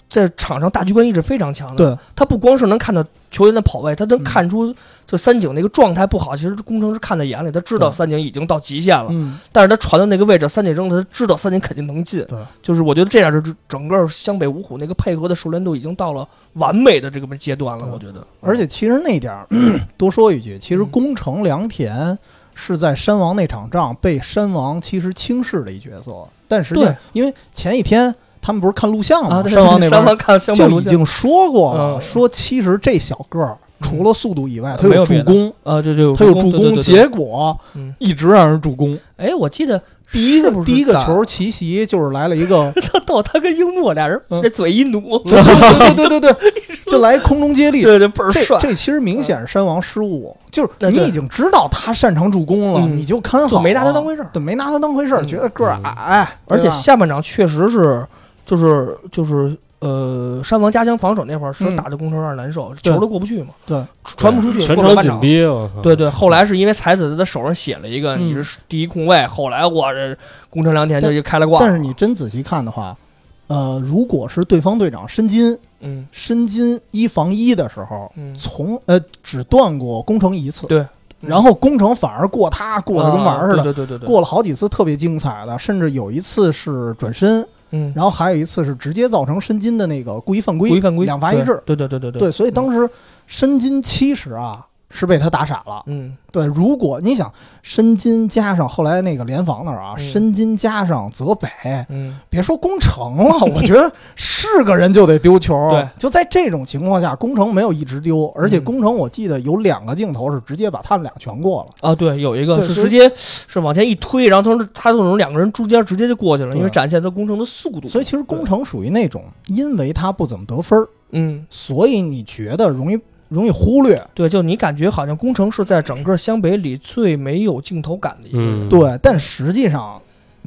在场上大局观意识非常强的，
对，
他不光是能看到球员的跑位，他能
嗯
看出就三井那个状态不好，其实宫城是看在眼里，他知道
对
三井已经到极限了，
嗯，
但是他传到那个位置，三井扔的，他知道三井肯定能进。
对，
就是我觉得这样是整个湘北五虎那个配合的熟练度已经到了完美的这个阶段了，
对
我觉得。
而且其实那点儿 多说一句，其实
嗯
宫城良田是在山王那场仗被山王其实轻视的一角色，但实际
对
上因为前一天他们不是看录像
啊，
吗？
对
山王那边
山
儿
王看湘北
就
录
已
像
经说过了，
嗯呃
说其实这小个儿除了速度以外，他
没有别
助
的
攻，
啊，对对，
他有助
对对
攻，
对
结果
嗯
一直让人助攻。
哎，我记得
第一
是
个
不是
第一个
打
球奇袭就是来了一 个，
他逗他跟樱木俩人
嗯
这嘴一努，
对对对对对对，就来空中接力。
对对倍儿
这
帅，
这其实明显是山王失误，就是
对
你
对
已经知道他擅长助攻了，
嗯
你就看好了，啊
就没拿他当回事儿。
对，没拿他当回事儿，
嗯
觉得个儿矮，
而且
对吧
下半场确实是，就是就是呃，山王加强防守那会儿是
嗯
打的宫城有点难受，
对
球都过不去嘛，
对，
传不出去，
全
过不了
场
半
紧。逼，我靠
对对，后来是因为才子在他手上写了一个
嗯
你是第一控卫，后来我这宫城良田就
但
就开了挂。
但是你真仔细看的话，呃，如果是对方队长申金
嗯
申金一防一的时候，
嗯，
从呃只断过攻城一次，
对嗯
然后攻城反而过他过得跟玩儿似的，
啊对对对对，
过了好几次特别精彩的，甚至有一次是转身，
嗯，
然后还有一次是直接造成申金的那个故意犯规，
故意犯规，
两罚一掷。
对对对对对
对，，所以当时申金其实啊是被他打傻了。
嗯，
对，如果你想申金加上后来那个联防那儿啊，
嗯
申金加上泽北，
嗯
别说攻城 了，我觉得是个人就得丢球。
对，
就在这种情况下，攻城没有一直丢，而且
嗯
攻城我记得有两个镜头是直接把他们俩全过了。
啊，对，有一个
对
是
所以
直接是往前一推，然后他说他从两个人中间直接就过去了，因为
对
展现他攻城的速度嘛。
所以其实攻城属于那种，因为他不怎么得分儿，
嗯，
所以你觉得容易容易忽略。
对，就你感觉好像宫城是在整个湘北里最没有镜头感的一个人。
嗯
对，但实际上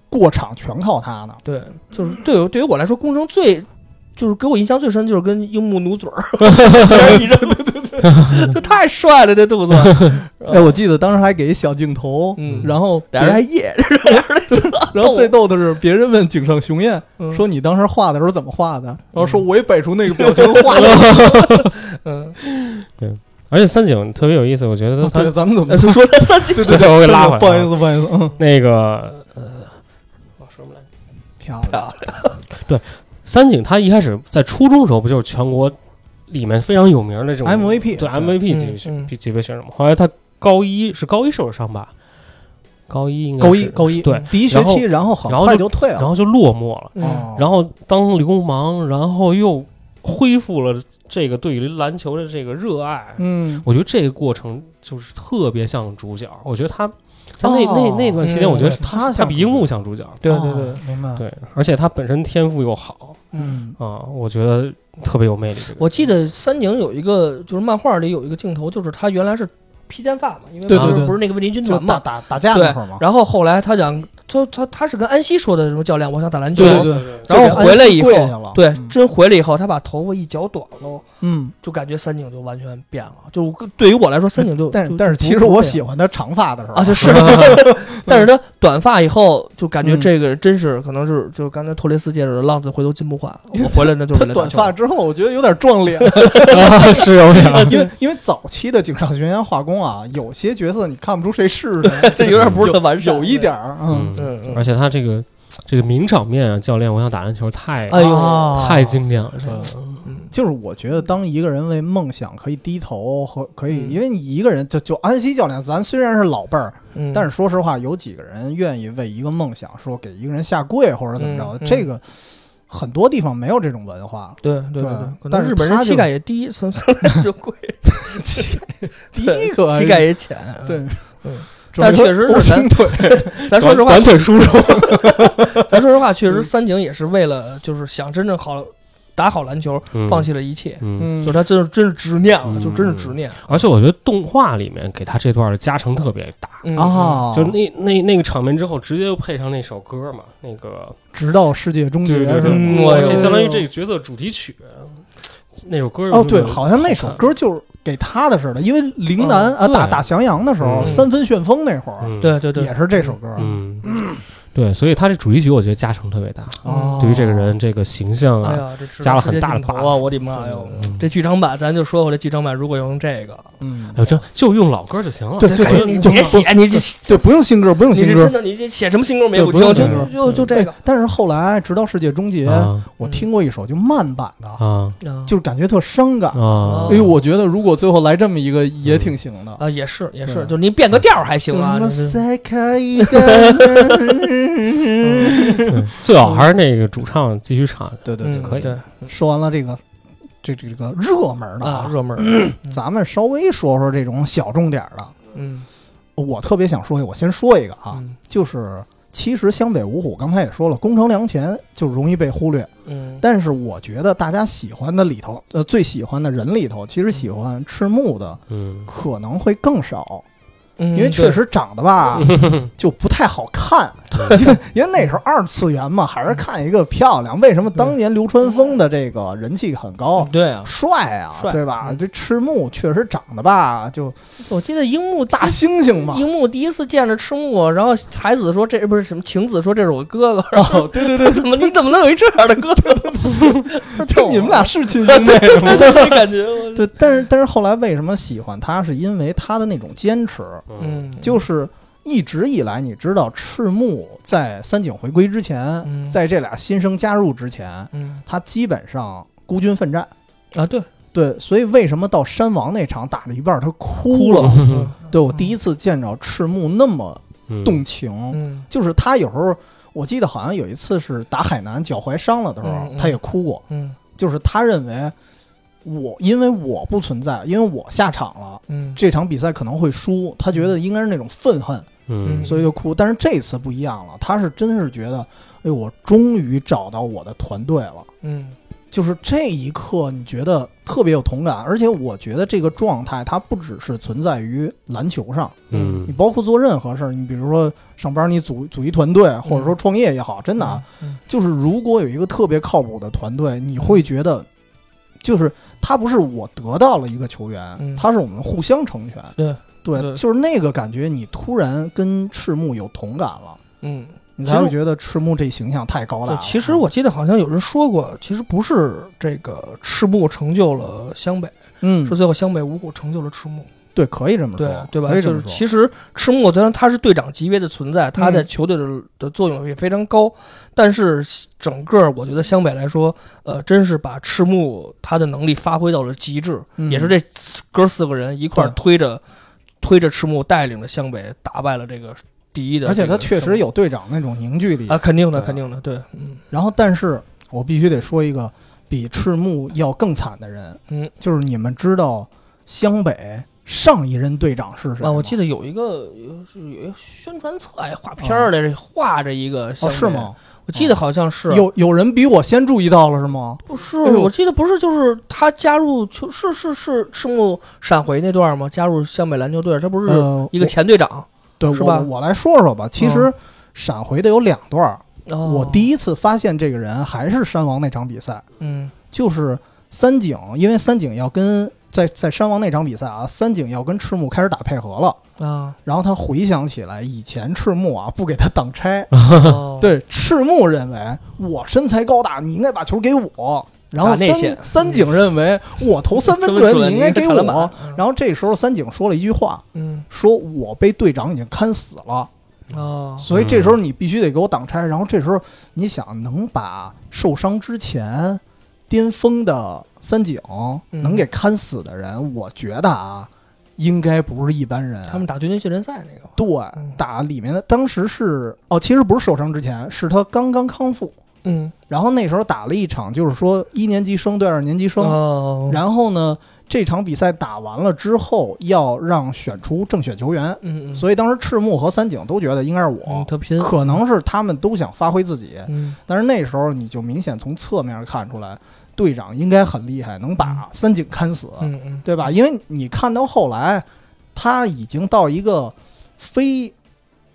过场全靠他呢。
对，就是对于对于我来说，宫城最就是给我印象最深就是跟樱木努 嘴儿，对对 对对对，这太帅了，这动 作。
哎，我记得当时还给一小镜头，
嗯，
然后别
俩人还
人
耶，
然后最逗的是，别人问井上雄彦
嗯
说：“你当时画的时候怎么画的？”然后说：“我也摆出那个表情画的。
嗯，
而且三井特别有意思，我觉得
哦”
他
对，咱们怎么
呃？就说他三 井
对
对对 我给拉回来
不好意思，不好意思，嗯，
那个呃，我说不来。
漂亮，
啊
三井他一开始在初中时候不就是全国里面非常有名的这种
MVP
对
对
MVP
嗯
级选
嗯
级别选手嘛？后来他高一是高一时候上吧，高一应该
高一
是
高一嗯
对，
第一学期，然后很
然后
快就退了
然，后就落寞了。
嗯，
哦
然后当流氓，然后又恢复了这个对于篮球的这个热爱。
嗯，
我觉得这个过程就是特别像主角。我觉得他在那、
哦
那那段期间，
嗯
我觉得
嗯他
他
像
比
主角
樱木像主角。
对对啊对
哦，，明白，
对，而且他本身天赋又好
嗯，
啊，我觉得特别有魅力。这个
我记得三井有一个就是漫画里有一个镜头，就是他原来是披肩发嘛，因为
对
不
对
是
对
不是那个问题军
就
团
打
嘛，
打打架嗯那会儿嘛，
然后后来他想，他他他是跟安西说的什么教练，我想打篮球，
对对对，
然后回来以
就给安西跪下了
后，对，
嗯
真回来以后，他把头发一绞短喽，
嗯，
就感觉三井就完全变了。就是我对于我来说，三井就
但是
就
但是
就不
其实我喜
不
欢他嗯长发的时候
变啊，就是， 但是他短发以后，就感
嗯
觉这个人真是可能是就刚才托雷斯介绍的浪子回头金不换，我回来那就是
他
为了打
短
球
发之后，我觉得有点撞 脸，
啊，是有点儿
因为因为早期的井上学员画工啊，有些角色你看不出谁是 谁，
这有点不是他完善，
有一点儿，嗯，
对，嗯
而
嗯，
且他这个这个名场面啊，教练，我想打篮球太、
哎呦
啊
太经典了，这个
嗯
就是我觉得，当一个人为梦想可以低头和可以，
嗯
因为你一个人就就安西教练，咱虽然是老辈儿，
嗯，
但是说实话，有几个人愿意为一个梦想说给一个人下跪或者怎么着
嗯，嗯
这个很多地方没有这种文 化，
对
对
对对，可能
但是
日本人
他就
膝盖也低，所以 所以就贵，
第一个
膝盖也浅。，
对，
嗯但确实是咱
咱腿，
咱说
短
实话
短，腿叔叔，
咱说实话，确实三井也是为了就是想真正好打好篮球，
嗯
放弃了一切，
嗯，
嗯，
就是他真是真是执念了，
嗯
就真是执念
而且我觉得动画里面给他这段的加成特别大，
嗯
啊，
就那那那个场面之后，直接就配上那首歌嘛，那个
直到世界终结
对对
是
对，
吗？
嗯
哇
我
这
有
相当于这个角色主题曲，那首歌
哦，
有
对，
那种
好像那首歌就是给他的似的，因为陵南啊
对
打打翔阳的时候，
嗯
三分旋风那会儿
嗯
对对对，
也是这首歌，
嗯，对，所以他这主题曲我觉得加成特别大，
哦
对于这个人这个形象
哎呀，
啊，
这是
加了很大的
世界尽头
buff
啊！我的妈哟！
嗯
这剧场版，咱就说回来，剧场版如果用这个，
嗯
哎，呦，真就用老歌就行了。
对对对，
你
就
别写，你这
对，不用新歌，不用
你是
新歌
真。的，你这写什么新歌没有
对不用
听？就
新歌
就就就这个
哎，但是后来直到世界终结，
啊
我听过一首就慢版的，
啊
嗯
就是感觉特伤感。
啊！
哎呦，我觉得如果最后来这么一个也挺行的。
啊，也是也是，
对
就你变个调儿还行啊。
就
你
什么
这
再开一
嗯
个
最好还是那个主唱继续唱。
对对对，
嗯
可以
对
说完了这个这这个热门的啊，
啊，热门儿，
咱们稍微说说这种小众点儿的。
嗯
我特别想说一个，我先说一个啊，
嗯
就是其实湘北五虎刚才也说了，宫城良田就容易被忽略，
嗯，
但是我觉得大家喜欢的里头，呃，最喜欢的人里头，其实喜欢赤木的
嗯，
可能会更少，
因
因为确实长得 吧、就不太好看， 因为那时候二次元嘛，还是看一个漂亮。为什么当年流川枫的这个人气很高？
对啊，
帅啊，
帅
对吧？
嗯
这赤木确实长得吧，就
我记得樱木
大
第一次
猩猩嘛，
樱木第一次见着赤木，然后才子说这不是什么晴子说这是我哥哥，然
哦
后对对对， 怎么你怎么能有一这样的哥 哥？
就
就
你们俩是 亲兄弟吗？
这 感觉，我
对，但是但是后来为什么喜欢他，是因为他的那种坚持，
嗯
嗯，
就是一直以来，你知道赤木在三井回归之前
嗯，
在这俩新生加入之前，
嗯
他基本上孤军奋战。
啊对，
对，所以为什么到山王那场打了一半儿他哭了？
嗯
对我第一次见着赤木那么
嗯
动情，
嗯
就是他有时候我记得好像有一次是打海南脚踝伤了的时候
嗯嗯，
他也哭过，
嗯
就是他认为我因为我不存在，因为我下场了。
嗯
这场比赛可能会输，他觉得应该是那种愤恨，
嗯
嗯
所以就哭。但是这次不一样了，他是真是觉得，哎，我终于找到我的团队了。
嗯
就是这一刻，你觉得特别有同感，而且我觉得这个状态它不只是存在于篮球上，
嗯
你包括做任何事儿，你比如说上班，你组组一团队，或者说创业也好，真的啊，
嗯
就是如果有一个特别靠谱的团队，你会觉得，就是他不是我得到了一个球
嗯
员，他是我们互相成全，
对对
对，就是那个感觉，你突然跟赤木有同感了，
嗯。
你
其
才
实
会觉得赤木这形象太高大
对，
了。
其实我记得好像有人说过，其实不是这个赤木成就了湘北，
嗯
是，最后湘北五虎成就了赤木，
对，可以这么
对
说，
对吧？
可以这
就
么
是
说。
其实赤木虽然他是队长级别的存在，他
嗯
在球队的的作用也非常高，但是整个我觉得湘北来说，呃，真是把赤木他的能力发挥到了极致，
嗯
也是这哥四个人一块儿
对
推着推着赤木带领着湘北打败了这个第一的
而
这
且
个湘北，
他确实有队长那种凝聚力
啊，肯定的，
对啊
肯定的，对，嗯
然后，但是我必须得说一个比赤木要更惨的人，
嗯。
就是你们知道湘北上一任队长是谁吗？
啊，我记得有一个有是有一个宣传册哎画片儿来着，画着一个
哦，
湘北嗯
是？吗？
我记得好像是
有有人比我先注意到了是吗？
不是？
哎呦
我记得不是就是他加入球是是是赤木闪回那段吗？加入湘北篮球队，他不是
呃，
一个
我
前队长？
对，
是吧嗯
我我来说说吧。其实闪回的有两段儿，我
我哦
第
一
一次发现这个人还是山王那场比赛，
嗯
就是三井，因为三井要跟在在山王那场比赛啊，三井要跟赤木开始打配合了。
啊
然后他回想起来，以前赤木啊不给他挡拆，
哦
对赤木认为我身材高大，你应该把球给我。然后
打内
三
线
三井认为我 投三分
这么
准，
准
你应该
你
给
抢篮板
我。然后这时候三井说了一句话，
嗯
说我被队长已经看死了，
哦
所以这时候你必须得给我挡拆。然后这时候你想能把受伤之前巅峰的三井
嗯
能给看死的人，我觉得啊，应该不是一般人。
他们打军队训练赛那个嗯
对，打里面的当时是哦，其实不是受伤之前，是他刚刚康复，
嗯，
然后那时候打了一场，就是说一年级生对二年级生，
哦，
然后呢，这场比赛打完了之后，要让选出正选球员，
嗯嗯，
所以当时赤木和三井都觉得应该是我
嗯，他拼，
可能是他们都想发挥自己，
嗯
但是那时候你就明显从侧面看出来，队长应该很厉害，能把三井砍死，
嗯嗯，
对吧？因为你看到后来，他已经到一个非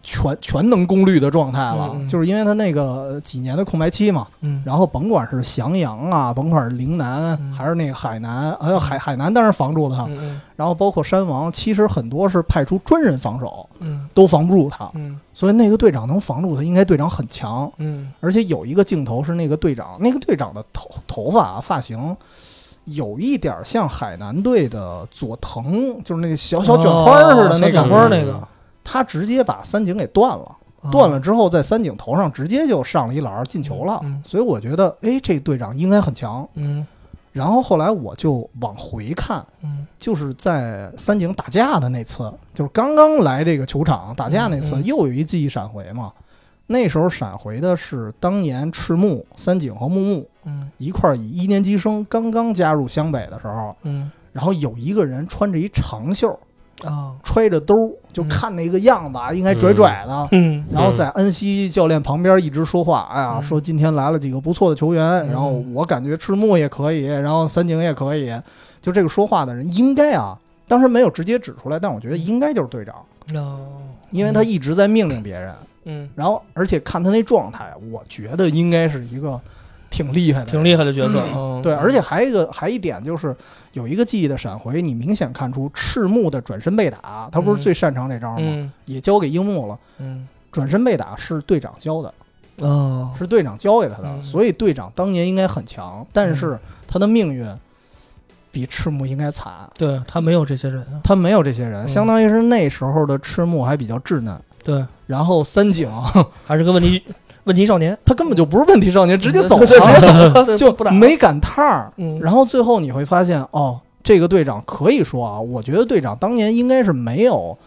全全能功率的状态了，
嗯嗯
就是因为他那个几年的空白期嘛，
嗯，
然后甭管是襄阳啊，甭管是陵南，
嗯
还是那个海南，还有海海南，当然防住了他。
嗯嗯
然后啊包括山王，其实很多是派出专人防守，
嗯
都防不住他。
嗯
所以那个队长能防住他，应该队长很强。
嗯
而且有一个镜头是那个队长，那个队长的头头发啊发型，有一点像海南队的佐藤，就是那个小小卷花儿似的那
嗯
哦小卷
个。
花儿那个
他直接把三井给断了。
啊哦
断了之后，在三井头上直接就上了一篮进球了
嗯嗯。
所以我觉得，哎，这队长应该很强。
嗯
然后后来我就往回看，
嗯
就是在三井打架的那次，就是刚刚来这个球场打架那次
嗯，嗯
又有一记忆闪回嘛。那时候闪回的是当年赤木、三井和木木
嗯
一块儿以一年级生刚刚加入湘北的时候，
嗯
然后有一个人穿着一长袖，
啊
揣着兜，就
嗯
看那个样子啊，应该拽拽的，
嗯
然后在恩熙教练旁边一直说话，哎呀，
嗯
说今天来了几个不错的球员，
嗯
然后我感觉赤木也可以，然后三井也可以，就这个说话的人应该啊，当时没有直接指出来，但我
嗯
觉得应该就是队长，
哦，
因为他一直在命令别人，
嗯
然后而且看他那状态，我觉得应该是一个挺厉害的人，
挺厉害的角色，嗯
对，而且还有一个还一点就是有一个记忆的闪回，你明显看出赤木的转身被打，他不是
嗯
最擅长这招吗？
嗯
也交给樱木了，
嗯
转身被打是队长教的。
哦，
是队长教给他的，
嗯
所以队长当年应该很强，但是他的命运比赤木应该惨。
对他没有这些人啊，
他没有这些人，
嗯
相当于是那时候的赤木还比较稚嫩，
对，
然后三 井
还是个问题问题少年，
他根本就不是问题少年，直接走
对
了，
了
就
不打了，
没赶趟儿。
嗯，
然后最后你会发现，哦，这个队长可以说啊，我觉得队长当年应该是没有，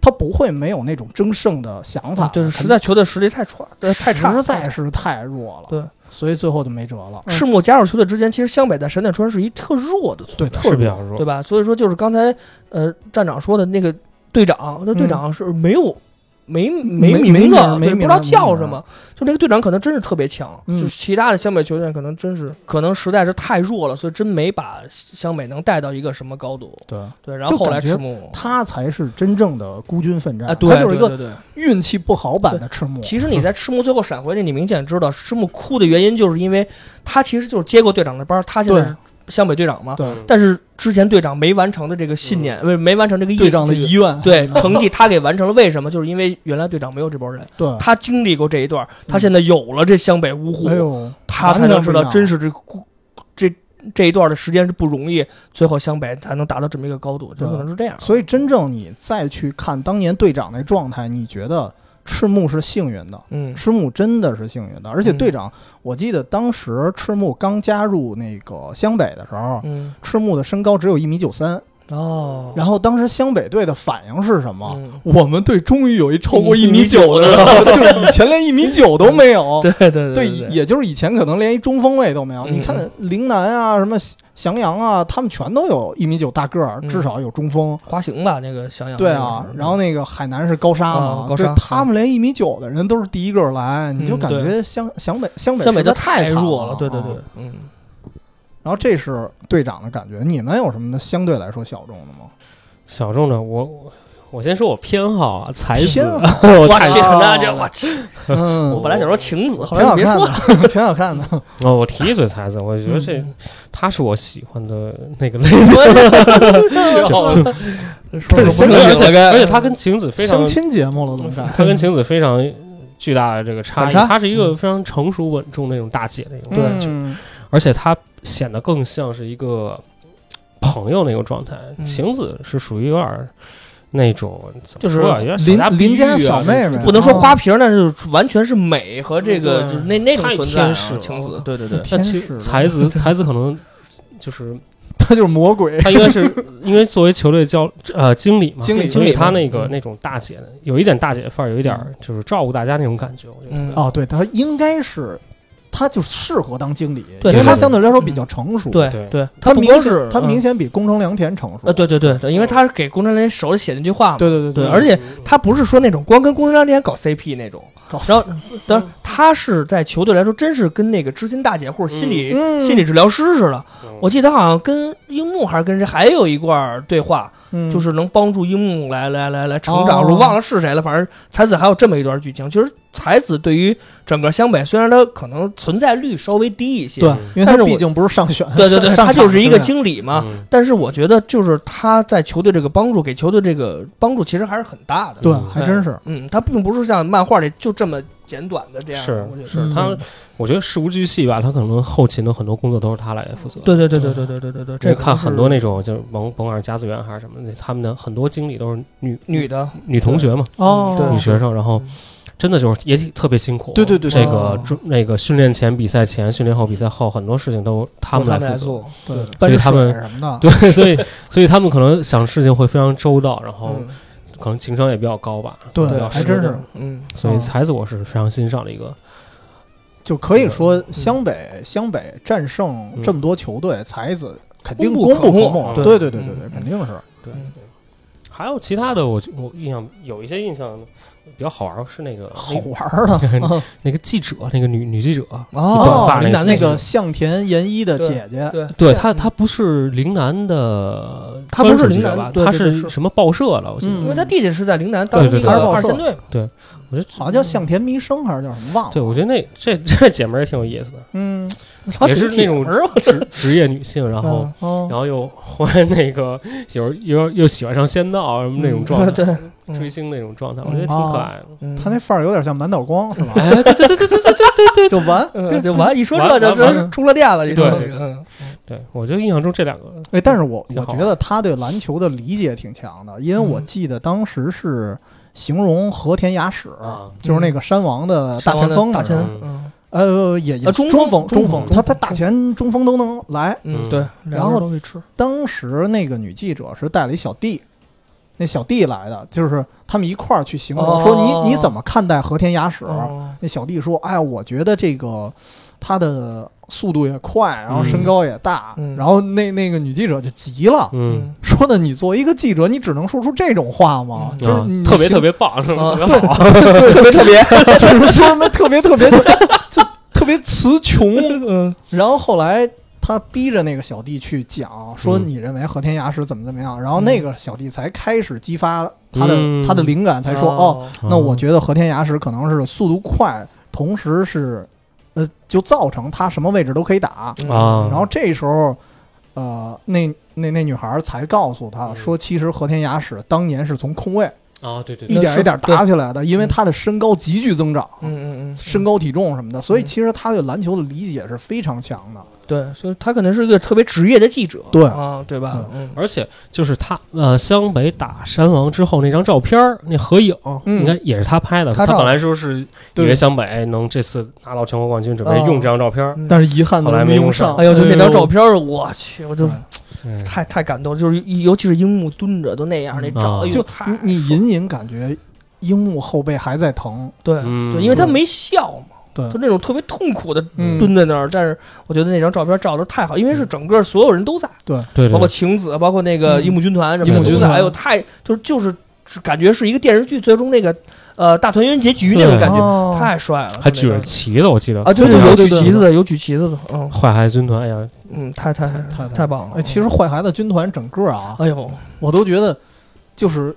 他不会没有那种争胜的想法，
嗯就是实在球队实力太差，对太差，嗯
实在是太弱了，
对，
所以最后就没辙了。
赤木加入球队之前，其实湘北在神奈川是一特弱的
对，
存在，
特
是比
别
较弱
对。吧？所以说就是刚才呃站长说的那个队长，那队长是没有、嗯没
没
名
没名
字，
儿没
对不
名
知
儿
道
没
叫
名
什
儿
么。就那个队长可能真是特别强，
嗯
就是其他的湘北球员可能真是可能实在是太弱了，所以真没把湘北能带到一个什么高度。
对。
对，然后后来
就感觉
赤木。
他才是真正的孤军奋战，
啊，对，
他就是一个
对对对
运气不好版的赤木。
其实你在赤木最后闪回那，你明显知道赤木哭的原因，就是因为他其实就是接过队长的班儿，他现在
对
是湘北队长嘛。
嗯
对嗯
但是之前队长没完成的这个信念，不是没完成这个意
队长的
这个
遗愿，
对成绩他给完成了，为什么？就是因为原来队长没有这波人，
对，
他经历过这一段，他现在有了这湘北五虎，
嗯哎呦，
他才能知道
完全不一样
真是这故这这一段的时间是不容易，最后湘北才能达到这么一个高度，
对
有可能是这样。
所以真正你再去看当年队长那状态，你觉得赤木是幸运的。
嗯
赤木真的是幸运的，而且
嗯
队长，我记得当时赤木刚加入那个湘北的时候，
嗯
赤木的身高只有一米九三，
哦，
然后当时湘北队的反应是什么？
嗯
我们队终于有一超过
一
一
米
米九的 了，就是以前连一米九都没有。
对对对
哦对，
对，
也就是以前可能连一中锋位都没有。
嗯
你看陵南啊，什么襄阳啊，他们全都有一米九大个儿，
嗯
至少有中锋。
滑行吧，那个想想
对啊，然后那个海南是高沙嘛
啊，高
对
沙嗯
他们连一米九的人都是第一个来，你就感觉湘湘北湘北
湘北
实在
就
太惨
弱了，对对
啊
对。，嗯。
然后这是队长的感觉，你们有什么相对来说小众的 吗？
小众的，我我我先说我偏好啊，才子
偏，
我
我
太
去，
喜欢
那就我去！我
嗯，
本来想说晴子，后
挺
来
好
你别
看
说了。
的，挺好看 的。
哦，我提一嘴才子，我觉得这
嗯
他是我喜欢的那个类型，
这是
不能
相亲
了，
而且他跟晴子非常
相，亲节目了，怎么看？
他跟晴子非常巨大的这个差
反
异，
差
他是一个非常成熟稳重那种大姐那种感觉，
嗯
而且他显得更像是一个朋友那种状态。
嗯
晴子是属于有点儿那种怎
就
么
是
说啊，有点小
邻
家碧
邻
玉
家
啊
小妹妹，
不能说
啊
花瓶儿，但是完全是美和这个
对
就是那那种
太
存在啊
天使了
晴子，对 对对，
那
天
其
使
才子才子可能就是
他就是魔 鬼。
他应该是因为作为球队教呃经理嘛，
经理
所
经
以
理
他那
嗯
个那种大姐的
啊
有一点大姐范儿，有一点儿就是照顾大家那种感觉，我觉得
嗯
哦，对，他应该是他就适合当经理，
对
因为
对
他
对
相对来说比较成熟，
嗯对
对
对，
他
不
明
光
显
是
他
嗯
明显比宫城良田成熟，
呃，对对对对，因为他是给工程连手里写那句话嘛，
对对
对
对，
而且
嗯
他不是说那种光跟工程连搞 CP 那种，
搞
然后但是他是在球队来说，真是跟那个知心大姐或者心理、
嗯
心理治疗师似的。
嗯
我记得他好像跟樱木还是跟谁还有一段儿对话，
嗯
就是能帮助樱木来来来来成长。
哦
我忘了是谁了，反正才子还有这么一段剧情。其实才子对于整个湘北，虽然他可能存在率稍微低一些，
对，因为
但是
他
我
毕竟不是上选，
对对对，
上
他就是一个
上场
经理嘛。
嗯
但是我觉得，就是他在球队这个帮助，给球队这个帮助其实还是很大的。
对，
嗯
还真是，
嗯，他并不是像漫画里就这么简短的这样的。
是
我觉得嗯
是他，我觉得事无巨细吧，他可能后勤的很多工作都是他来负责。
对对对对对对对对对，
因
这
为
个
看
就是
很多那种就是甭甭管是甲子园还是什么的，他们的很多经理都是女
女的，
女同学嘛，
哦，
对
女学生，然后
嗯
真的就是也挺特别辛苦。
对对对
这
哦
个中那个训练前、比赛前、训练后、比赛后，很多事情都他们
来
来负责。
做，
对
对，
搬
所以他们
水什么的，
对，所以所以他们可能想事情会非常周到，然后
嗯
可能情商也比较高吧。
对
比较
还
适
真
合
是
的，
嗯，
所以
嗯
才子我是非常欣赏的一个。
就可以说湘北湘北战胜这么多球队，才子肯定
嗯功
功
不可没
可没，
对
对对对对对，
嗯
肯定是。
对
嗯
对，还有其他的，我就我印象有一些印象比较好玩儿是那个
好
那
玩儿啊了，
那个记者，那个女女记者，
哦
短发
林
那
楠那
那
个
个向田研一的姐姐，
对啊
对她，她不是陵南的
嗯她
专
不是
属记
陵
者
南
吧？
对
她
对对
是
是嗯
什么报社了？我记得，
因为他弟弟是在陵南当
对
那
对
个
对
对
二
对
线队，
我觉得
好像叫向田弥生还是叫什么忘了。
对，我觉得那这这姐们儿也挺有意思的，
嗯，
她
也
是
是
个
那种
姐们儿啊
职职业女性，然后
嗯
哦，
然后又欢那个 喜欢又又喜欢上仙道啊什么那种状 态，
对，嗯
追星那种状态，
嗯
我觉得挺可爱的。
嗯
他那范儿有点像满岛光是吧？
哎，对对对对对对 对对
就完。
嗯就完，一说
完
这就
完
真
完
是
了
充了电了，你说
对
这
对
个
对
嗯
对，我就印象中这两个，
哎，但是我
挺
我
好
觉得他对篮球的理解挺强的，因为我
嗯
记得当时是形容和田雅史
啊，
就是那个山王的大前锋
大
的时
前
候，
锋，嗯
呃，也也
啊中
中
锋
锋
中
中
锋
锋，他他大前中锋都能来。
嗯，
嗯
对，
然
两个
后
人都会吃，
当时那个女记者是带了一小弟，那小弟来的，就是他们一块儿去形容
哦
说你你怎么看待和田雅史？
哦
那小弟说：“哎呀，我觉得这个他的速度也快，然后
嗯
身高也大。
嗯
然后那那个女记者就急了，
嗯，
嗯，
说的你作为一个记者，你只能说出这种话吗？
嗯
就是
啊
你
特别
形
特别棒，嗯是
啊
吧？特
对，特别
别好，
特别，就是说什么特别特别就就特别词穷。
嗯
然后后来他逼着那个小弟去讲，说
嗯
你认为和田雅史怎么怎么样，然后那个小弟才开始激发他的、
嗯
他的灵感，才说哦，
哦，
那我觉得和田雅史可能是速度快，同时是呃，就造成他什么位置都可以打。
嗯
啊
然后这时候，呃，那那那女孩儿才告诉他
嗯
说，其实和田雅史当年是从空位
啊，对对
一
对，
点
是
一点打起来的，因为
嗯
他的身高急剧增长，
嗯嗯嗯，
身高体重什么的，所以其实他对篮球的理解是非常强的。
对，所以他可能是一个特别职业的记者，
对
啊，对吧？嗯，
而且就是他呃，湘北打山王之后那张照片儿，那合影，
哦
嗯
应该也是他拍的。
他
他
照的
本来说是以
对
为湘北哎能这次拿到全国冠军，准备用这张照片儿。
嗯
但是遗憾的
后来
没
没
用
用上
上。
哎呦，就那张照片儿，我去，我就
对
嗯
太太感动了，就是一尤其是樱木蹲着都那样，那照，
啊
哎呦
就
太
你你
爽
隐隐感觉樱木后背还在疼，
对
嗯
对，因为他没笑嘛，
对
就那种特别痛苦的
嗯
蹲在那儿，但是我觉得那张照片照的太好，因为是整个所有人都在，
对，对
包括晴子，包括那个
嗯
樱木军团什
樱
么
木
的都
军
在，
团
哎呦，太就是就是是感觉是一个电视剧最终那个呃大团圆结局那种
对
感觉，
哦
太帅了，
还举着旗子，我记得
啊，对
对
有
对
举
对
旗子的，有举旗子的，嗯
坏孩子军团，哎呀，
嗯，太太太
太
太棒了，
哎，其实坏孩子军团整个啊，
哎呦，
我都觉得就是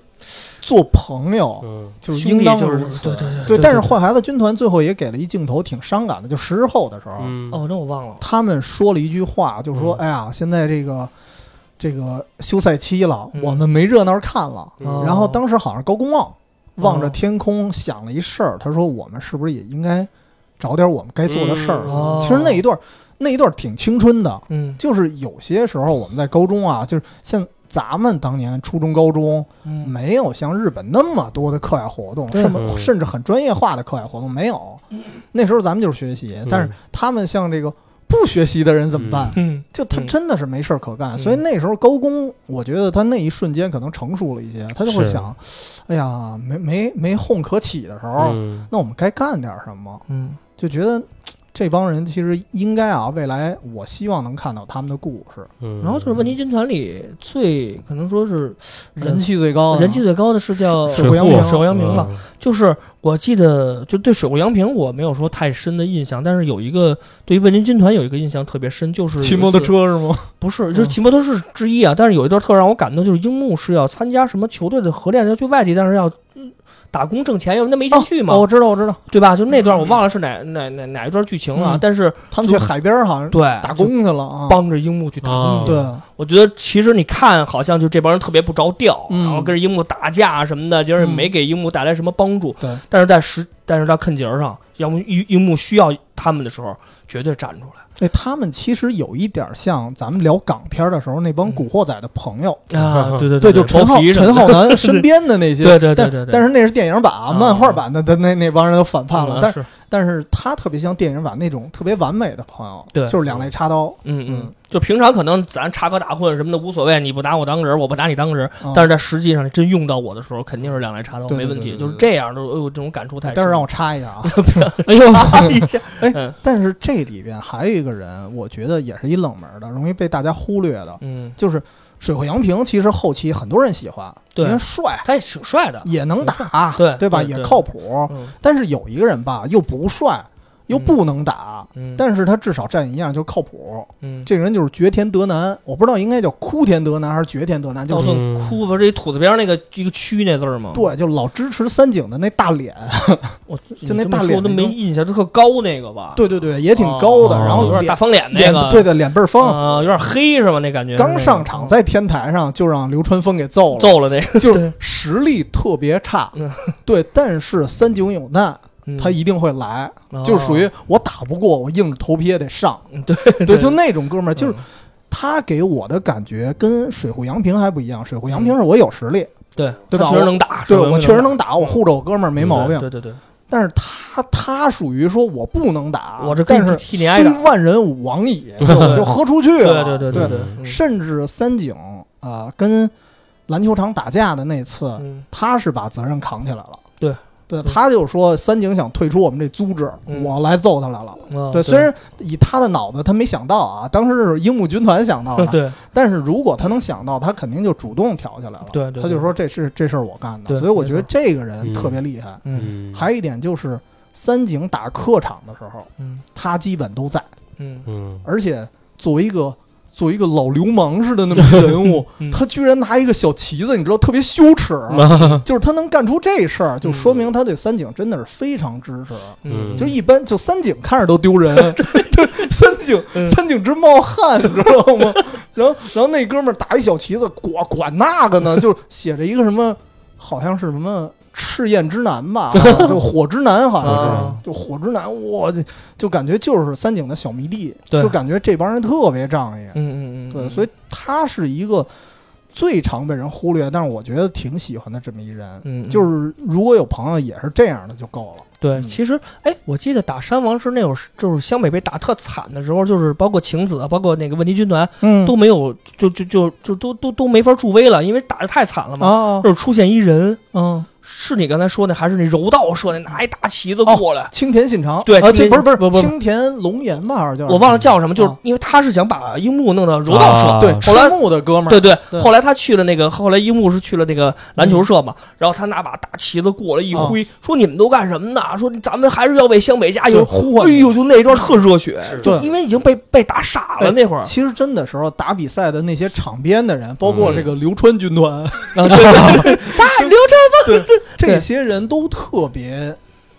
做朋友
嗯，
就是
兄
应
弟
当
就
如
是
此。
对对对
对，但是坏孩子军团最后也给了一镜头，挺伤感的，就十日后的时候，
嗯
哦，那我忘了，
他们说了一句话，就说：“
嗯
哎呀，现在这个这个休赛期了，
嗯
我们没热闹看了。
哦
然后当时好像是高公望望着天空想了一事儿，他说：“我们是不是也应该找点我们该做的事儿？”
哦，
其实那一段那一段挺青春的，
嗯
就是有些时候我们在高中啊，就是像咱们当年初中、高中，
嗯
没有像日本那么多的课外活动，
对
甚至
嗯
甚至很专业化的课外活动没有。那时候咱们就是学习，但是他们像这个不学习的人怎么办？
嗯
就他
嗯
真的是没事儿可干，
嗯
所以那时候高工，我觉得他那一瞬间可能成熟了一些，他就会
是
想，哎呀，没没没空可起的时候，
嗯，
那我们该干点什么？
嗯
就觉得这帮人其实应该啊，未来我希望能看到他们的故事，
嗯，
然后就是问题军团里最可能说是嗯
人气最
哦
高的，
人气最高的是叫
水户
水户
洋平
水户洋平吧，
嗯
就是我记得，就对水户洋平我没有说太深的印象，但是有一个对于问津军团有一个印象特别深，就是
骑
有一
摩托
次
车嗯是吗？
不是，就是骑摩托车是之一啊。但是有一段特让我感动，就是樱木是要参加什么球队的合练，要去外地，但是要嗯打工挣钱，又那没进去嘛，
哦，我知道，我知道，
对吧？就那段我忘了是哪哪哪哪一段剧情了，啊
嗯
但是
他们去海边儿好像
对
打工去了啊，
帮着樱木去打工
哦
去。
对，
我觉得其实你看，好像就这帮人特别不着调，
嗯
然后跟着樱木打架什么的，就是
嗯
没给樱木带来什么帮助。
对
但是在实，但是在坑节儿上，要么樱樱木需要他们的时候，绝对站出来
哎，他们其实有一点像咱们聊港片儿的时候那帮
嗯
古惑仔的朋友，
啊！对对
对，就
对，
陈
头
浩
皮什
陈
么的
浩 南身边的那些，
对对对
但
对对
但是那是电影版啊，
啊
漫画版的的那那帮人都反叛了，
嗯
但
是
但是他特别像电影版那种特别完美的朋友，
对
就是两肋插刀。
嗯嗯
嗯，
就平常可能咱插科打诨什么的无所谓，你不打我当人，我不打你当人，
嗯
但是在实际上你真用到我的时候，肯定是两肋插刀，
对
没
对
问
对
题，
对
就是
对
这样的。哎呦，这种感触太深了。
但是让我插一下啊，
哎呦一下，
但是这里边还有一个人，我觉得也是一冷门的，容易被大家忽略的，
嗯，
就是水户洋平。其实后期很多人喜欢，
对
因为帅，
他也挺帅的，
也能
挺
打，
对
吧？
对
也
对
靠谱。
嗯
但是有一个人吧，又不帅，又
嗯
不能打，
嗯，
但是他至少占一样，就是靠谱。
嗯。
这个人就是绝田德南，我不知道应该叫哭田德南还是绝田德南，就
道
是。
顿窟不是这土字边儿那个一个区那字儿吗？，
对，就老支持三井的那大 脸，
我就
就那大
说
脸
都
那
没
个
印象，就特高那个吧？
对对对，也挺高的，
哦
然后
有点
脸
大方脸那
脸
个，
对的脸倍儿方，
啊，有点黑是吧？那感觉是那
刚
个
上场在天台上就让流川枫给揍了，
揍了那个，
就是实力特别 差
嗯，
对，但是三井有难，
嗯
他一定会来，
哦
就是属于我打不过，我硬着头皮也得上，
对
对，就那种哥们儿，就是
嗯
他给我的感觉跟水户洋平还不一样，水户洋平是我有实力，
对
对
嗯他
吧
确实能打，
对
是吧
我确实能打，我护着我哥们儿没毛病，
对对对，对
但是他他属于说我不能打，
我这可以
但是
替替你挨打
虽万人吾往矣，对我 就喝出去了。
对对
对
对
对
嗯
甚至三井啊、呃跟篮球场打架的那次，
嗯
他是把责任扛起来了。
对
对，
对
他就说三井想退出我们这组织，
嗯
我来揍他来了。
啊
嗯对，虽然以他的脑子，他没想到啊，当时是樱木军团想到的，
嗯对
但是如果他能想到，他肯定就主动挑起来了。
对对对
他就说这是这事儿我干的，
对
所以我觉得
没错
这个人
嗯
特别厉害。
嗯
还有一点就是，三井打客场的时候，
嗯
他基本都在，
嗯
嗯
而且作为一个作为一个老流氓似的那么一人物
嗯，
他居然拿一个小旗子，你知道特别羞耻啊，
嗯
就是他能干出这事儿，就说明他对三井真的是非常支持。
嗯，
就一般，就三井看着都丢 人， 对，三井
嗯
三井直冒汗， 你知道吗？然后然后那哥们儿打一小旗子，管管那个 呢，就写着一个什么，好像是什么赤焰之男 吧，啊就火之男，好像是。
啊，
就火之男，我就就感觉就是三井的小迷弟，
对
就感觉这帮人特别仗义，
嗯嗯嗯，
对，所
以
以他是一个最常被人忽略，但是我觉得挺喜欢的这么一人。
嗯嗯
就是如果有朋友也是这样的就够了。
对，
嗯
其实哎，我记得打山王是那种，就是湘北被打特惨的时候，就是包括晴子，包括那个问题军团
嗯
都没有，就就就就都都都没法助威了，因为打的太惨了嘛。
啊，
就是出现一人，
嗯，
是你刚才说的，还是那柔道社那拿一大旗子过来？
青田信长，
对
哦啊，
青
这
田
不是不是
不不不
青田龙岩吧，还是叫
我忘了叫什么，
啊
就是因为他是想把樱木弄到柔道社。
啊
对
后来
赤木的哥们儿，
对对，
对
后来他去了那个，后来樱木是去了那个篮球社嘛，
嗯
然后他拿把大旗子过来一
哦
挥，说你们都干什么呢？说咱们还是要为湘北加
就
油。
呼唤
哎呦，就那一段特热血，就
对
因为已经被被打傻了
哎
那 会儿，
其实真的时候打比赛的那些场边的人，包括
嗯
这个流川军团，
啊，对 对对，大刘
这些人都特别，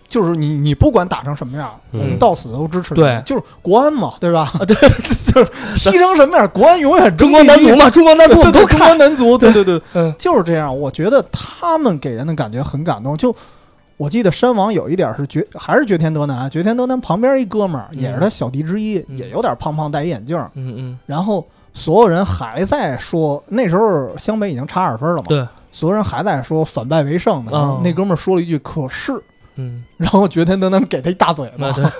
就是你你不管打成什么样，我
嗯
们到死都支持你。
对
就是国安嘛，对吧？
啊对
就是踢成什么样，国安永远
中国男足嘛，中国男足我
对
们
对，
都
中
看，
国男足，对对对，
嗯
就是这样。我觉得他们给人的感觉很感动。就我记得山王有一点是绝，还是绝天德南，啊绝天德南旁边一哥们儿也是他小弟之一，
嗯
也有点胖胖，戴一眼镜儿，
嗯嗯，
然后所有人还在说，那时候湘北已经差二分了嘛，
对，
所有人还在说反败为胜呢。
哦
那哥们儿说了一句“可是
嗯，”，
然后绝天德能给他一大嘴
那
巴。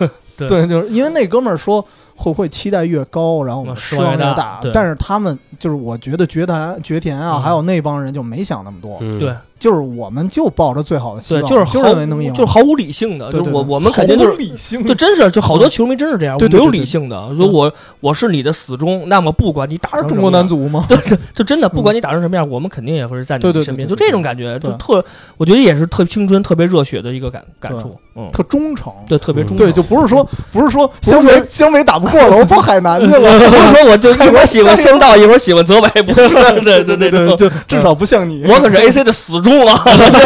对，对
对，就是因为那哥们儿说会不会期待越高，然后我
嗯
们
失
失
望
望
越
越
大
大
对。
但是他们就是我觉得绝田绝田啊，
嗯
还有那帮人就没想那么多，
嗯
对，
就是我们就抱着最好的希
对
望，，
就是
就
毫
认为能赢，
就是毫无理性的，
对
就
对
是
对
我我们肯定
毫
就
无
是
理性，
这真是，就好多球迷真是这样，
对对
我没有
对对
理性的。说我我是你的死忠，那么不管你打
还是
成什
中
么
国
样
男，足吗？
就真的不管你打成什么样，我们肯定也会是在
嗯对
你
对对
身边。
对
就
对
这种感觉，就
对啊
特，我觉得也是特青春、特别热血的一个感感
对啊
触。嗯，
特忠诚，
对，特别
嗯
忠诚
对，。就不是说不是说
是
湘北湘北打不过了，我跑海南去了，
不是说 我 就一会儿喜欢香道，一会儿喜欢泽北，不是对
对
对对
对，就至少不像你。
我可是 AC 的死忠 啊，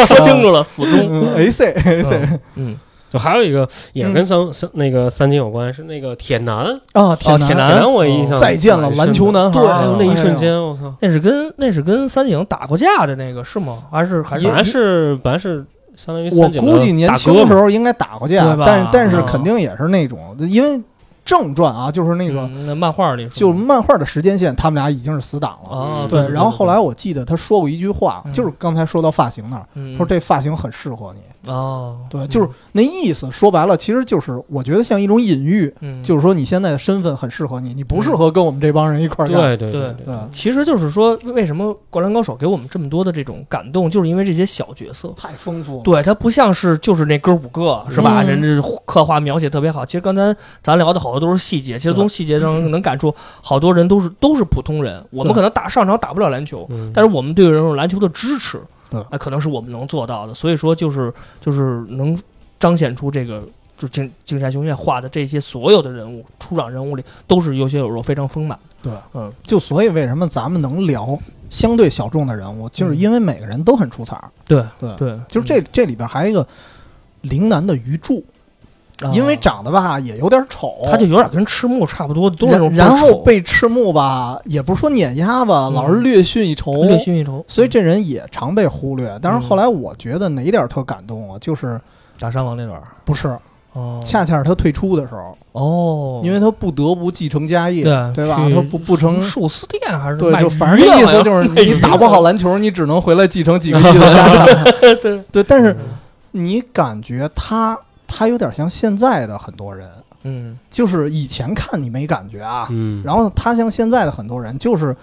说清楚了，死忠。
嗯，A C A C
嗯
嗯，
就还有一个也是跟三三那个三金有关，是那个铁男，
嗯啊，
哦，铁
铁
男，
男我印象
再见了，篮球男孩
对，
儿。
哎呦那
哎
一
呦
瞬，间我靠，
那是跟那是跟三井打过架的那个是吗？还是还是
本来是本来是相当于
我
三井的
估计年
大
轻
哥
的
嘛
时候应该打过架
对，吧
但但是
嗯
肯定也是那种，因为正传啊，就是那个
嗯那漫画里
就是
吗
漫画的时间线，他们俩已经是死党了。
啊，
对，然后后来
我
我记得他说过一句话，
嗯
就是刚才说到发型那儿，说这发型很适合你。
哦，
对，就是那意思，说白了，其实就是我觉得像一种隐喻，
嗯，
就是说你现在的身份很适合你，你不适合跟我们这帮人一块儿干。
对对
对
对
对，
其实就是说，为什么《灌篮高手》给我们这么多的这种感动，就是因为这些小角色。
太丰富了。
对，它不像是就是那哥五个是吧？
嗯嗯
人家刻画描写特别好。其实刚才咱聊的好多都是细
嗯
节，其实从细节上能感触，好多人都是都是普通人，我们
对
可能打上场打不了篮球，
嗯
但是我们对这种篮球的支持，
对
那可能是我们能做到的。所以说，就是就是能彰显出这个，就金金山雄彦画的这些所有的人物，出场人物里都是有血有肉，非常丰满。
对，
嗯，
就所以为什么咱们能聊相对小众的人物，就是因为每个人都很出彩儿。
对
对，
对，
就是这这里边还有一个陵南的鱼柱，
嗯，
因为
长
长得吧也有点丑，
他就有点跟赤木差不多，都是那
哦然然
种
后
被
被赤木吧，也不是说碾压吧，
嗯
老是略逊一筹。
略逊一嗯筹，
所以这人也常被忽略，但是后来我觉得哪一点儿特感动啊，就是
打山王那段儿，
不是，
哦，
恰恰是他退出的时候，
哦，
因为他不得不继承家业，
对
对吧？
去
他不不成，
寿司店还是
对，
卖
就
鱼
反正
的
意
好像
思就是
卖鱼
你打不好篮球，你只能回来继承几个亿的 家产。
对，
对，但是
嗯
嗯
你感觉他他有点像现在的很多人，
嗯，
就是以前看你没感觉啊，
嗯，
然后他像现在的很多人，就是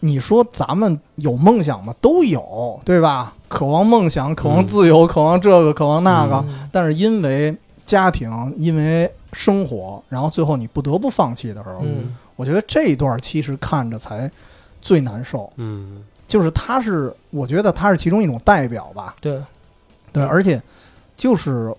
你说咱们有梦想吗？都有，对吧？渴望梦想，渴望
嗯
自由，渴望这个，渴望那个，
嗯
但是因为家庭，因为生活，然后最后你不得不放弃的时候，
嗯
我觉得这一段其实看着才最难受。
嗯
就是他是，我觉得他是其中一种代表吧。
对，
对，而且就是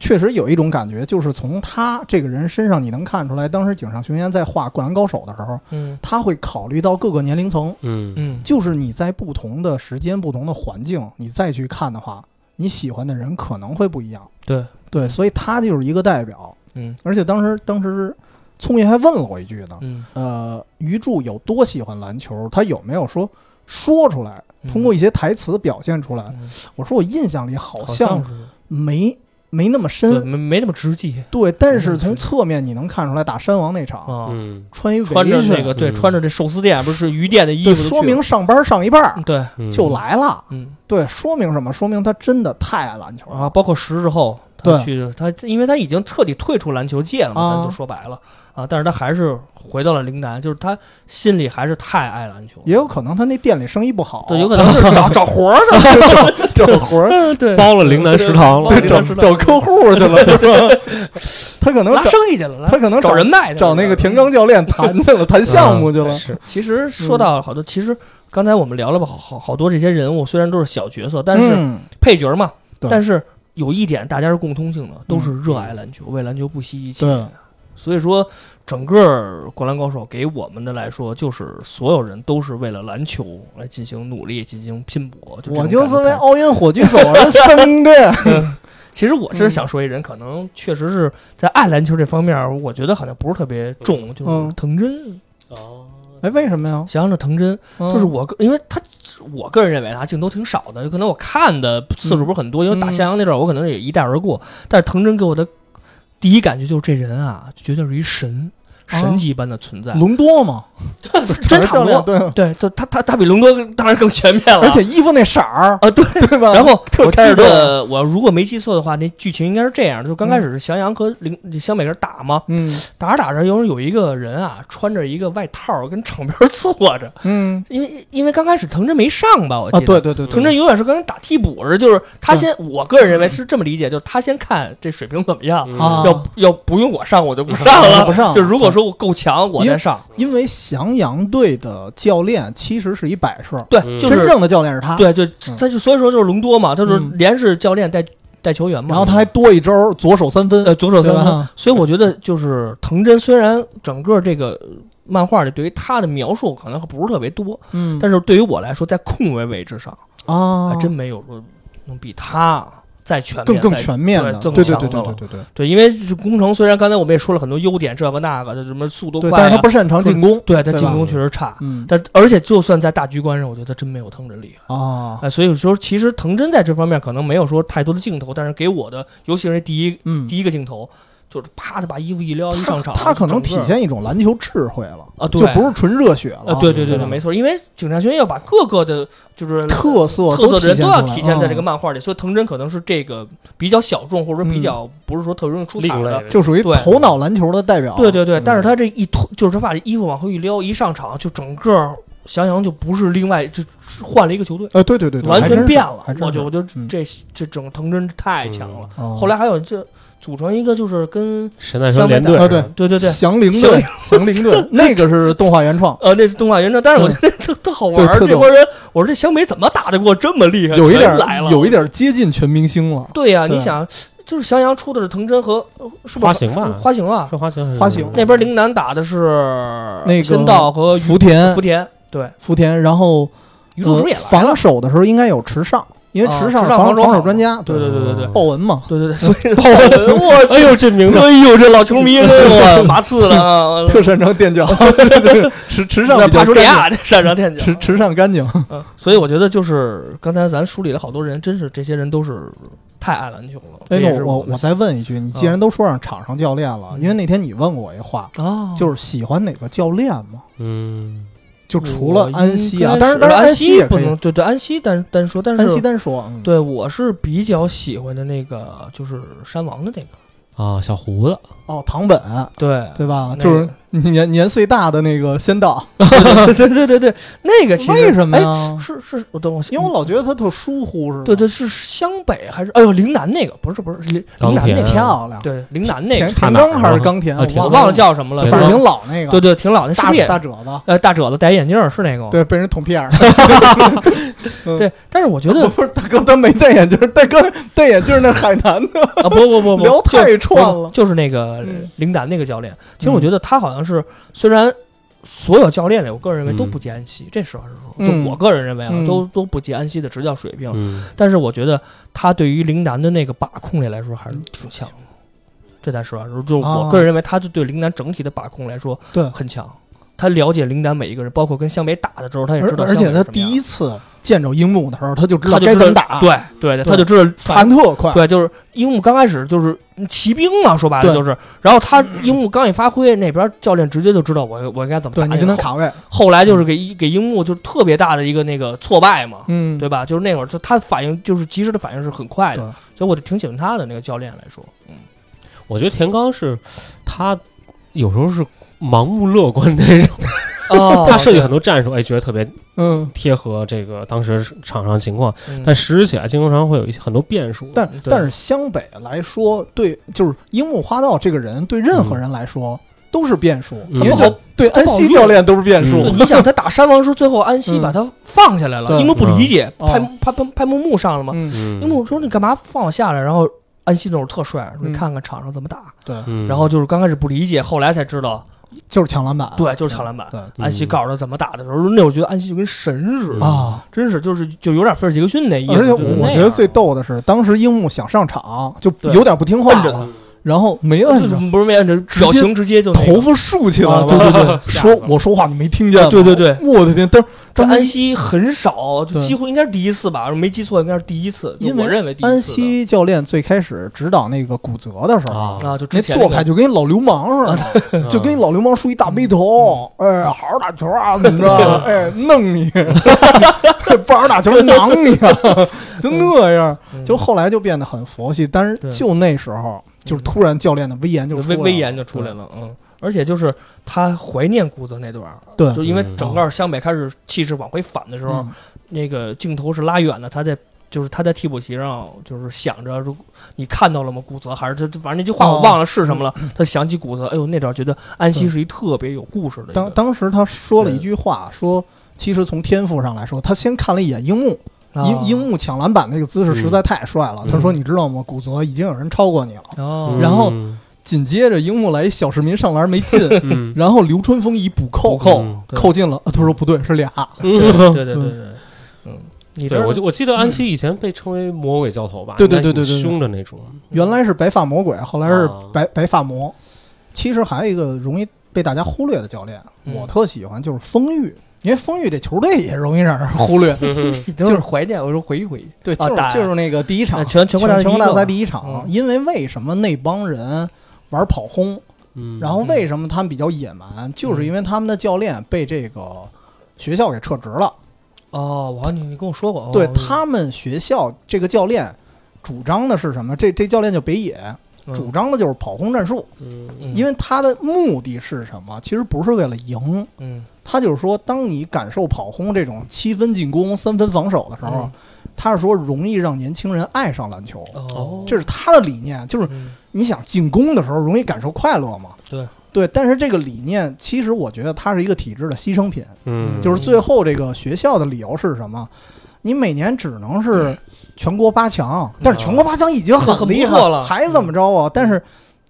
确实有一种感觉，就是从他这个人身上，你能看出来，当时井上雄彦在画《灌篮高手》的时候，
嗯
他会考虑到各个年龄层，
嗯
嗯，
就是你在不同的时间、不同的环境，你再去看的话，你喜欢的人可能会不一样。
对
对，所以他就是一个代表。
嗯
而且当时当时聪爷还问了我一句呢，
嗯，
呃，鱼柱有多喜欢篮球，他有没有说说出来，通过一些台词表现出来？
嗯
我说我印象里好
好
像
是
没没那么
对，
深，
没没那么直接
对，但是
没那么
从
深
侧面你能看出来，打山王那场、
啊。
嗯
穿一围
穿着
裙
那个对，
嗯
穿着这寿司店不是鱼店的衣
对，
服都去
说
了，
明上班上一半儿
对，
嗯
就来了。
嗯
对，说明什么？说明他真的太爱篮球了。
啊，包括十日后他
对
去他，因为他已经彻底退出篮球界了嘛，
啊
咱就说白了啊，但是他还是回到了陵南，就是他心里还是太爱篮球了，
也有可能他那店里生意不好，
对，有可能是 找找活儿去了，
找活 儿，
对，
包了陵南食堂了
包了，陵
找
南食
找客户去了，是吧？ 他可能
拉
找
生意去了，
他可能
拉找人脉去了，嗯
找那个田刚教练谈去了，谈项目去了。
是
其实说到好多，其实刚才我们聊了吧，好好好多这些人物虽然都是小角色，但是
嗯
配角嘛，
对嗯
但是有一点大家是共通性的，都是热爱篮球，为篮球不惜一切。
对
所以说，整个《灌篮高手》给我们的来说，就是所有人都是为了篮球来进行努力、进行拼搏。就这种
我就是为
感觉嗯
奥运火炬手而 生的。
其实我真是想说一人，可能确实是在爱篮球这方面，我觉得好像不是特别重，就是
嗯
藤真。
哦，
哎，为什么呀？嗯
想想这藤真，
就
就是我个，因为他我个人认为他镜头挺少的，有可能我看的次数不是很多，因为打
嗯
襄阳那段我可能也一带而过。但是藤真给我的第一感觉就是这人啊，绝对是一神，
哦
神级般的存在，
隆多 嘛，
真差不
漂亮
多。
对，
对，他他他他比隆多当然更全面了，
而且衣服那色儿，
啊对。
对吧？
然后
特
我
开
记
始
得我如果没记错的话，那剧情应该是这样：就刚开始是翔阳和林湘北人打嘛，
嗯
打着打着，有有一个人啊，穿着一个外套跟场边坐着，
嗯
因为因为刚开始藤真没上吧，我记
啊，
得。
对对对
藤
对，
真永远是跟人打替补似的，就是他先，我个人认为是这么理解，就是他先看这水平怎么样，
嗯
啊
要要不用我上我就不上了，
不上了
就如果说我够强，我再上。
因为翔阳队的教练其实是一摆设，
对，就
真
是
正的教练是他。
对，就
嗯
他就所以说就是隆多嘛，他就是
嗯
连是教练带带球员嘛，
然后他还多一招左手三分，
呃左手三
对
分
吧，
所以我觉得就是藤真虽然整个这个漫画里对于他的描述可能不是特别多，
嗯，
但是对于我来说，在控卫位置上
啊
还，真没有说能比他再全面
更更
再
全面的，
对
对
更
对
强
对
的
对
了
对对对
对，因为这工程虽然刚才我们也说了很多优点，这个那个的什么速度
对，
快、啊，
但是他不擅长进攻，
对他
对吧
进攻确实差，
嗯
但而且就算在大局观上，我觉得真没有藤真厉害。
啊
哎、，所以有时候其实藤真在这方面可能没有说太多的镜头，但是给我的，尤其是那第一
嗯，
第一个镜头，就是啪的把衣服一撩，一上场，
他可能
整
体
个
现一种篮球智慧了
啊对
就不是纯热血了
啊，，对对对
吧
对，没错，因为警察学院要把各个的，就是
特色
特色的人都
都
要
出来
体现啊在这个
嗯
漫画里，所以藤真可能是这个比较小众，或者说比
嗯
较不是说特容易出彩
另类
的。
的，
就属于
对
头脑篮球的代表，
对对对，
嗯
但是他这一脱，就是他把衣服往后一撩，一上场就整个翔阳就不是另外，就换了一个球队，
呃，对对对，对
完
还真
全
是
变了
还。真
我
是
就我就
嗯
这这整藤真太强了。
哦
后来还有这组成一个就是跟
嗯神奈川联队
啊对
对对对，
祥林
祥
队，祥林 队那个是动画原创，
呃，那是动画原创，但是我觉得特特好玩
对
儿。
特
这
逗
波人，我说这湘北怎么打得过这么厉害？
有一点
全来
儿
了，
有一点儿接近全明星了。
对呀、
对啊
你想，就是襄阳出的是藤真和呃是不是
花形吧
花形啊，
是花形还是
花形
那边陵南打的是
那个
申道和
福田
福，田，对，
福田，然后
于柱是不是也
呃
来了？
防守的时候应该有池上，因为
啊
池
池上
防
防守
守
好
专家，
对对对对对
豹纹 嘛，
对对对，所 以
哦
我哎呦这名字，
哎呦，这老球迷给我麻刺了啊！
特擅长 垫脚，对对对，池池上
那
比较
帕楚利
干
亚这擅长天
净，池
井，
池上干净，
嗯所以我觉得就是刚才咱梳理了好多人，真是这些人都是太爱篮球了。
哎，
这也
那
是
我
们
我再问一句，你既然都说上场上教练了，
嗯
因为那天你问过我一话，
啊，
就是喜欢哪个教练吗？
嗯，
就除了
我
安西啊，
应该
当
是
然当然
安
西也
不
可以，
能对对安西单单说，但是
安西单说，嗯，
对，我是比较喜欢的那个，就是山王的那个。
啊，小胡子，
哦，唐本
对
对吧
那？个
就是年年岁大的那个仙道，
对对对对对，那个其实
为什么
哎
呀？
是是，我等我，
因为我老觉得他特疏忽，是吧？
对对是湘北还是哎呦陵南那个不是不是陵陵南
钢
那
铁
个
漂亮，
对陵南那
田
个
差
田
哪儿
刚还是
了
冈田，
啊田
我
我
忘
忘
了，叫什么了，
田
反
反
正
正
挺老那个，
对对挺老的，是
大
不是也
大褶子，
呃大褶子戴眼镜儿是那个吗？
对，被人捅屁眼儿。
对，但是我觉得
不是大哥，他没戴眼镜儿，大哥戴眼镜儿那是海南的，
啊不不不不
聊
就
太串
不
了。
就是那个
嗯
陵南那个教练。其实我觉得他好像是，虽然所有教练里，我个人认为都不及安西，这实话实说，
嗯
就我个人认为啊
嗯，
都都不及安西的执教水平。
嗯，
但是我觉得他对于陵南的那个把控力来说还是挺强的，这咱实话实说。就我
啊
个人认为，他就对陵南整体的把控来说，
对
很强。他了解陵南每一个人，包括跟湘北打的时候，他也
而
知道
而
湘北
且
是什
他
么样。
第一次见着樱木的时候，他就知
他
道
就
该
知
怎么
道
打，，
对对对，
对
他就知道
反特快。
对，就是樱木刚开始就是骑兵嘛，说白
对
了就是。然后他樱木刚一发挥，那边教练直接就知道我我应该怎么打
对你跟他
后
卡位，
后来就是给一给樱木就是特别大的一个那个挫败嘛，
嗯，
对吧？就是那会儿就他反应就是及时的反应是很快的
对，
所以我就挺喜欢他的那个教练来说，嗯，
我觉得田刚是他有时候是盲目乐观那 种，
哦
他设计很多战术，哎，觉得特别
嗯。
贴合这个当时场上情况，
嗯
但实施起来进攻上会有一些很多变数。
但
嗯对
但是湘北来说，对，就是樱木花道这个人，对任何人来说都是变数，因
嗯
为
嗯他不好
这对安
好
西
用
教练都是变数。
嗯
你想他打山王时候，最后安西
嗯
把他放下来了，
对
樱木不理解，
嗯
派
哦
派派派木木上了嘛，
嗯，
嗯
樱木说你干嘛放我下来？然后安西那会儿特帅，说
嗯
你看看场上怎么打。
嗯
然后就是刚开始不理解，后来才知道，
就是抢篮板，
对，就是抢篮板。
对
安西告诉他怎么打的时候，那我觉得安西就跟神似的，
嗯
啊。
真是就是就有点菲尔杰克逊那意思。
而且
就是
我
那
我
样
觉得最逗的是，当时樱木想上场，就
对
有点不听话
摁着
了，然后没
就
摁
是
着，
不是没按着
直接
表情直接就那个
头发竖起来
啊
了，
对对对
吓
说
死了
我说话你没听见吗？
对对对，
我的天！但是
这
当时
安西很少，就
对
几乎应该是第一次吧，没记错应该是第一次，就
因为
我认为第一次的
安西教练最开始指导那个骨折的时候，啊
啊，
啊，就之
那
前
做派就跟老流氓似的，
嗯
就跟老流氓梳一大背头，哎，好好打球啊，怎么着？ 哎，弄你，不好好打球囊你 啊，就那样。就后来就变得很佛系，但是
对
就那时候，就是突然教练的威严就出来
威
了
威严就出来了，嗯。而且就是他怀念古泽那段儿，
对
就因为
嗯
整个湘北开始气势往回反的时候，
嗯
那个镜头是拉远的，他在就是他在替补席上，就是想着，如你看到了吗？骨折还是他，反正那句话我忘了是什么了。他想起骨折，哎呦，那段觉得安西是一特别有故事的一个。
当当时他说了一句话，说其实从天赋上来说，他先看了一眼樱木，
啊
樱樱木抢篮板那个姿势实在太帅了。
嗯
他说：“你知道吗？古泽已经有人超过你了。
哦，
然后紧接着樱木来一小市民上篮没 进，
嗯，
然后刘春风一补扣，
补扣
嗯
对
扣进了。啊他说不对，是俩。
对
嗯
对对对对对，嗯，你这
对，我就我记得安西以前被称为魔鬼教头吧，
对对
应该
对对
挺
对对
凶的那种，
原来是白发魔鬼，后来是
啊
白、白发魔。其实还有一个容易被大家忽略的教练，
嗯
我特喜欢就是丰裕，因为丰裕这球队也容易让人忽略。
你就是怀念，我说回忆回忆，
对，
啊
就是、
打
就是那个第一场
那全全国大赛
全国
第
大
一个
赛
嘛
第一场
嗯，
因为为什么那帮人玩跑轰，
嗯，
然后为什么他们比较野蛮，就是因为他们的教练被这个学校给撤职了。
哦，我好像你你跟我说过，哦
对他们学校这个教练主张的是什么？这这教练叫北野，
嗯
主张的就是跑轰战术，
嗯
嗯
因为他的目的是什么？其实不是为了赢，
嗯
他就是说，当你感受跑轰这种七分进攻、三分防守的时候
嗯，
他是说容易让年轻人爱上篮球。
哦，
这是他的理念，就是
嗯
你想进攻的时候容易感受快乐嘛？
对
对，但是这个理念其实我觉得它是一个体制的牺牲品，
嗯，
就是最后这个学校的理由是什么？你每年只能是全国八强，但是全国八强已经
很
厉
不
害
错了
还怎么着啊？但是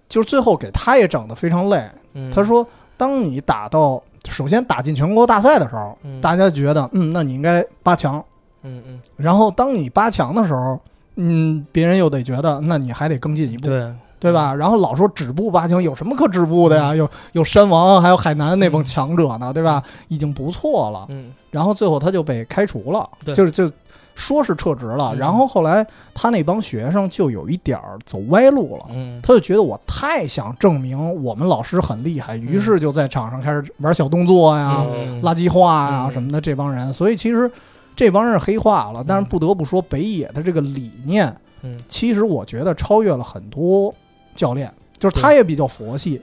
就是最后给他也整得非常累。
嗯
他说，当你打到首先打进全国大赛的时候，
嗯
大家觉得嗯，那你应该八强，
嗯嗯
然后当你八强的时候，嗯，别人又得觉得，那你还得更进一步，对
对
吧？然后老说止步八强，有什么可止步的
嗯
呀？有有山王，还有海南那帮强者呢，对吧？已经不错了。
嗯
然后最后他就被开除了，
对
就是就说是撤职了。
嗯
然后后来他那帮学生就有一点儿走歪路了。
嗯
他就觉得我太想证明我们老师很厉害，于是就在场上开始玩小动作呀，
嗯
垃圾话啊
嗯
什么的这帮人，所以其实这帮人是黑化了。但是不得不说，北野的这个理念，
嗯
其实我觉得超越了很多教练，就是他
对
也比较佛系。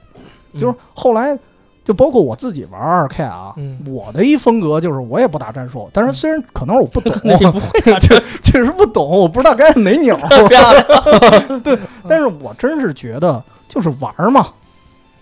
嗯
就是后来，就包括我自己玩二 K 啊，
嗯，
我的一风格就是我也不打战术，但是虽然可能我不懂
那你不会打这
确 确实不懂，我不知道该按哪钮，
漂亮，
但是我真是觉得就是玩儿嘛，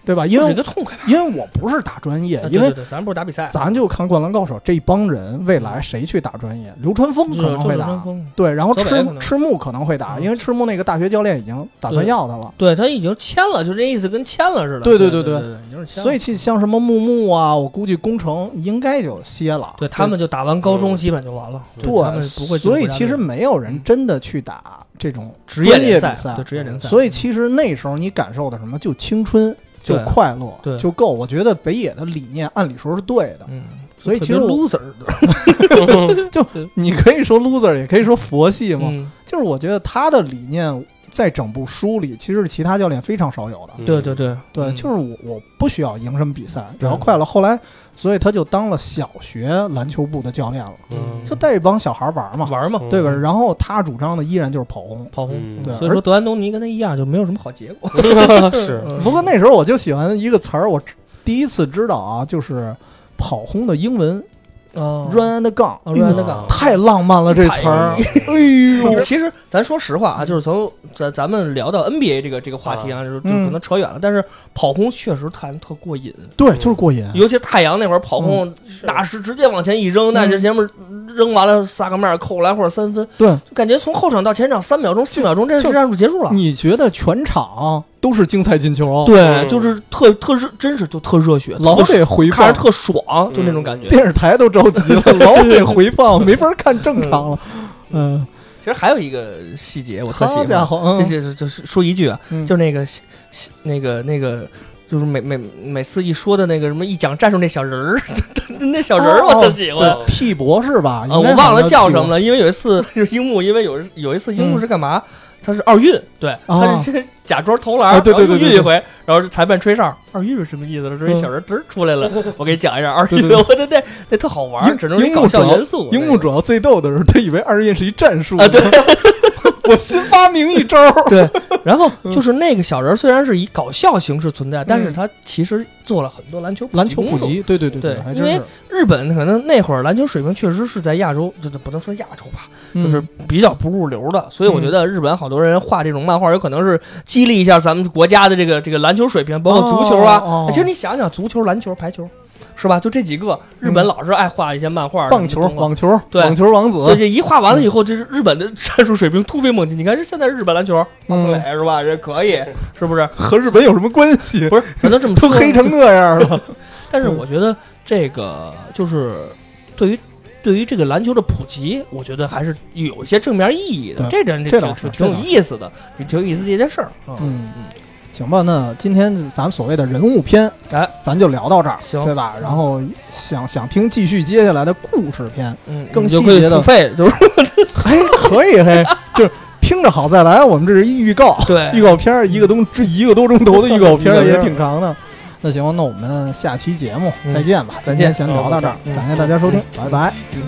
对吧？因
就是一
为
个痛快嘛，
因为我不是打专业
啊，对
因为
对对咱们不是打比赛，
咱就看《灌篮高手》这帮人未来谁去打专业，流川枫
就
可
嗯是
能会
周
打
传，峰
对，然后
泽北可
赤
能
赤木可能会打，
嗯
因为赤木那个大学教练已经打算
对
要他了。
对他已经签了，就这意思跟签了似的。
对
对
对对
对
对
对，已经是签了。
所以其实像什么木木啊，我估计工程应该就歇了。
对他们就打完高中基本就完了，
对
就他们
对，
不会进
所以
国家
其实
队嗯
没有人真的去打这种
职
专
业联
比
对职业联赛，
所以其实那时候你感受的什么，就青春，就
对
快乐，
对
就够。我觉得北野的理念按理说是对的，
嗯，
所以其实
特别
我
loser 的
你可以说 loser，也可以说佛系嘛。
嗯，
就是我觉得他的理念在整部书里其实是其他教练非常少有的。
对对对
对，
嗯
就是我我不需要赢什么比赛，只
对
要快乐。后来，所以他就当了小学篮球部的教练了，
嗯
就带一帮小孩玩嘛，
玩嘛，
对吧？然后他主张的依然就是跑轰。
跑
嗯
轰。
对啊
所以说德安东尼跟他一样，就没有什么好结果。
啊是
嗯
不过那时候我就喜欢一个词儿，我第一次知道啊，就是跑轰的英文
哦
run and gun，
哦 run and gun
哎呦太浪漫了这词儿，哎呦，
其实咱说实话啊，就是从咱咱们聊到 NBA 这个这个话题啊，就就
嗯
可能扯远了。但是跑轰确实看着特过瘾，
对，就是过瘾。
尤其是太阳那会儿跑轰，大师直接往前一扔，那这前面扔完了撒个面儿扣篮或者三分，
对，
就感觉从后场到前场三秒钟、四秒钟，这
就
战术结束了。
你觉得全场都是精彩进球？
对，
嗯
就是特特热，真是就特热血，
老
特爽
得回
看
放
着，特爽，就那种感觉。
电视台都着急了，老得回放，没法看正常了。嗯，
其实还有一个细节我特喜
好
欢
家，伙，嗯
就是就是说一句啊，
嗯
就那个西西那个那个，就是每每每次一说的那个什么一讲战术那小人儿， 那小人儿我特喜欢。
哦对 T 博士吧，
啊，
应
我
该
忘了叫
好像
什
叫
么了，因为有一次 就是樱木，因为有有一次樱木
嗯
是干嘛？他是二运，对，
哦
他是先 假装投篮，
啊对对
然后又
对对
运一
对嗯
回，然后裁判吹哨，二运是什么意思？这一小人嘚儿出 来了，我给你讲一下二
对
运，
对对
我觉得那那特好玩儿，
樱
只能是
樱木
搞笑
主要
元素。
樱木主要最逗的是，他以为二印是一战术
啊，对，
我新发明一招儿，
对，然后
嗯
就是那个小人儿虽然是以搞笑形式存在，但是他其实做了很多篮球
篮球普
工作。
及，对对对
对
还
因
真
为
是，
日本可能那会儿篮球水平确实是在亚洲，就是不能说亚洲吧，
嗯
就是比较不入流的。所以我
嗯
觉得日本好多人画这种漫画，有可能是激励一下咱们国家的这个这个篮球水平，包括足球啊。
哦哦
哎其实你想想，足球、篮球、排球，是吧？就这几个，日本
嗯
老是爱画一些漫画。
棒球、网球、
对
网球王子，
对，这一画完了以后，这是日本的 战术水平突飞猛进。你看，这现在日本篮球，马
嗯
斯磊是吧？人可以，是不是？
和日本有什么关系？
不是，咱都这么
都
说，
黑成那样 了，
但
嗯
是我觉得这个就是对于对于这个篮球的普及，我觉得还是有一些正面意义的。这点
这
挺
倒是
挺挺有意思的，挺挺有意思的一件事儿。
嗯行吧，那今天咱们所谓的人物篇，
哎，
咱就聊到这儿，
行
对吧？然后想想听继续接下来的故事篇，
嗯，
更
你就
细
可以
节的
付费，就是
嘿， 可以嘿，就是听着好再来，我们这是一预告，预
对，
告片儿一个东这一个多钟头的预告片
预告
儿
片
也
儿
挺长 的。那行，那我们下期节目
嗯
再见吧，
再
今天
见
先聊到这儿，
嗯嗯
感谢大家收听，拜拜。
Thank you.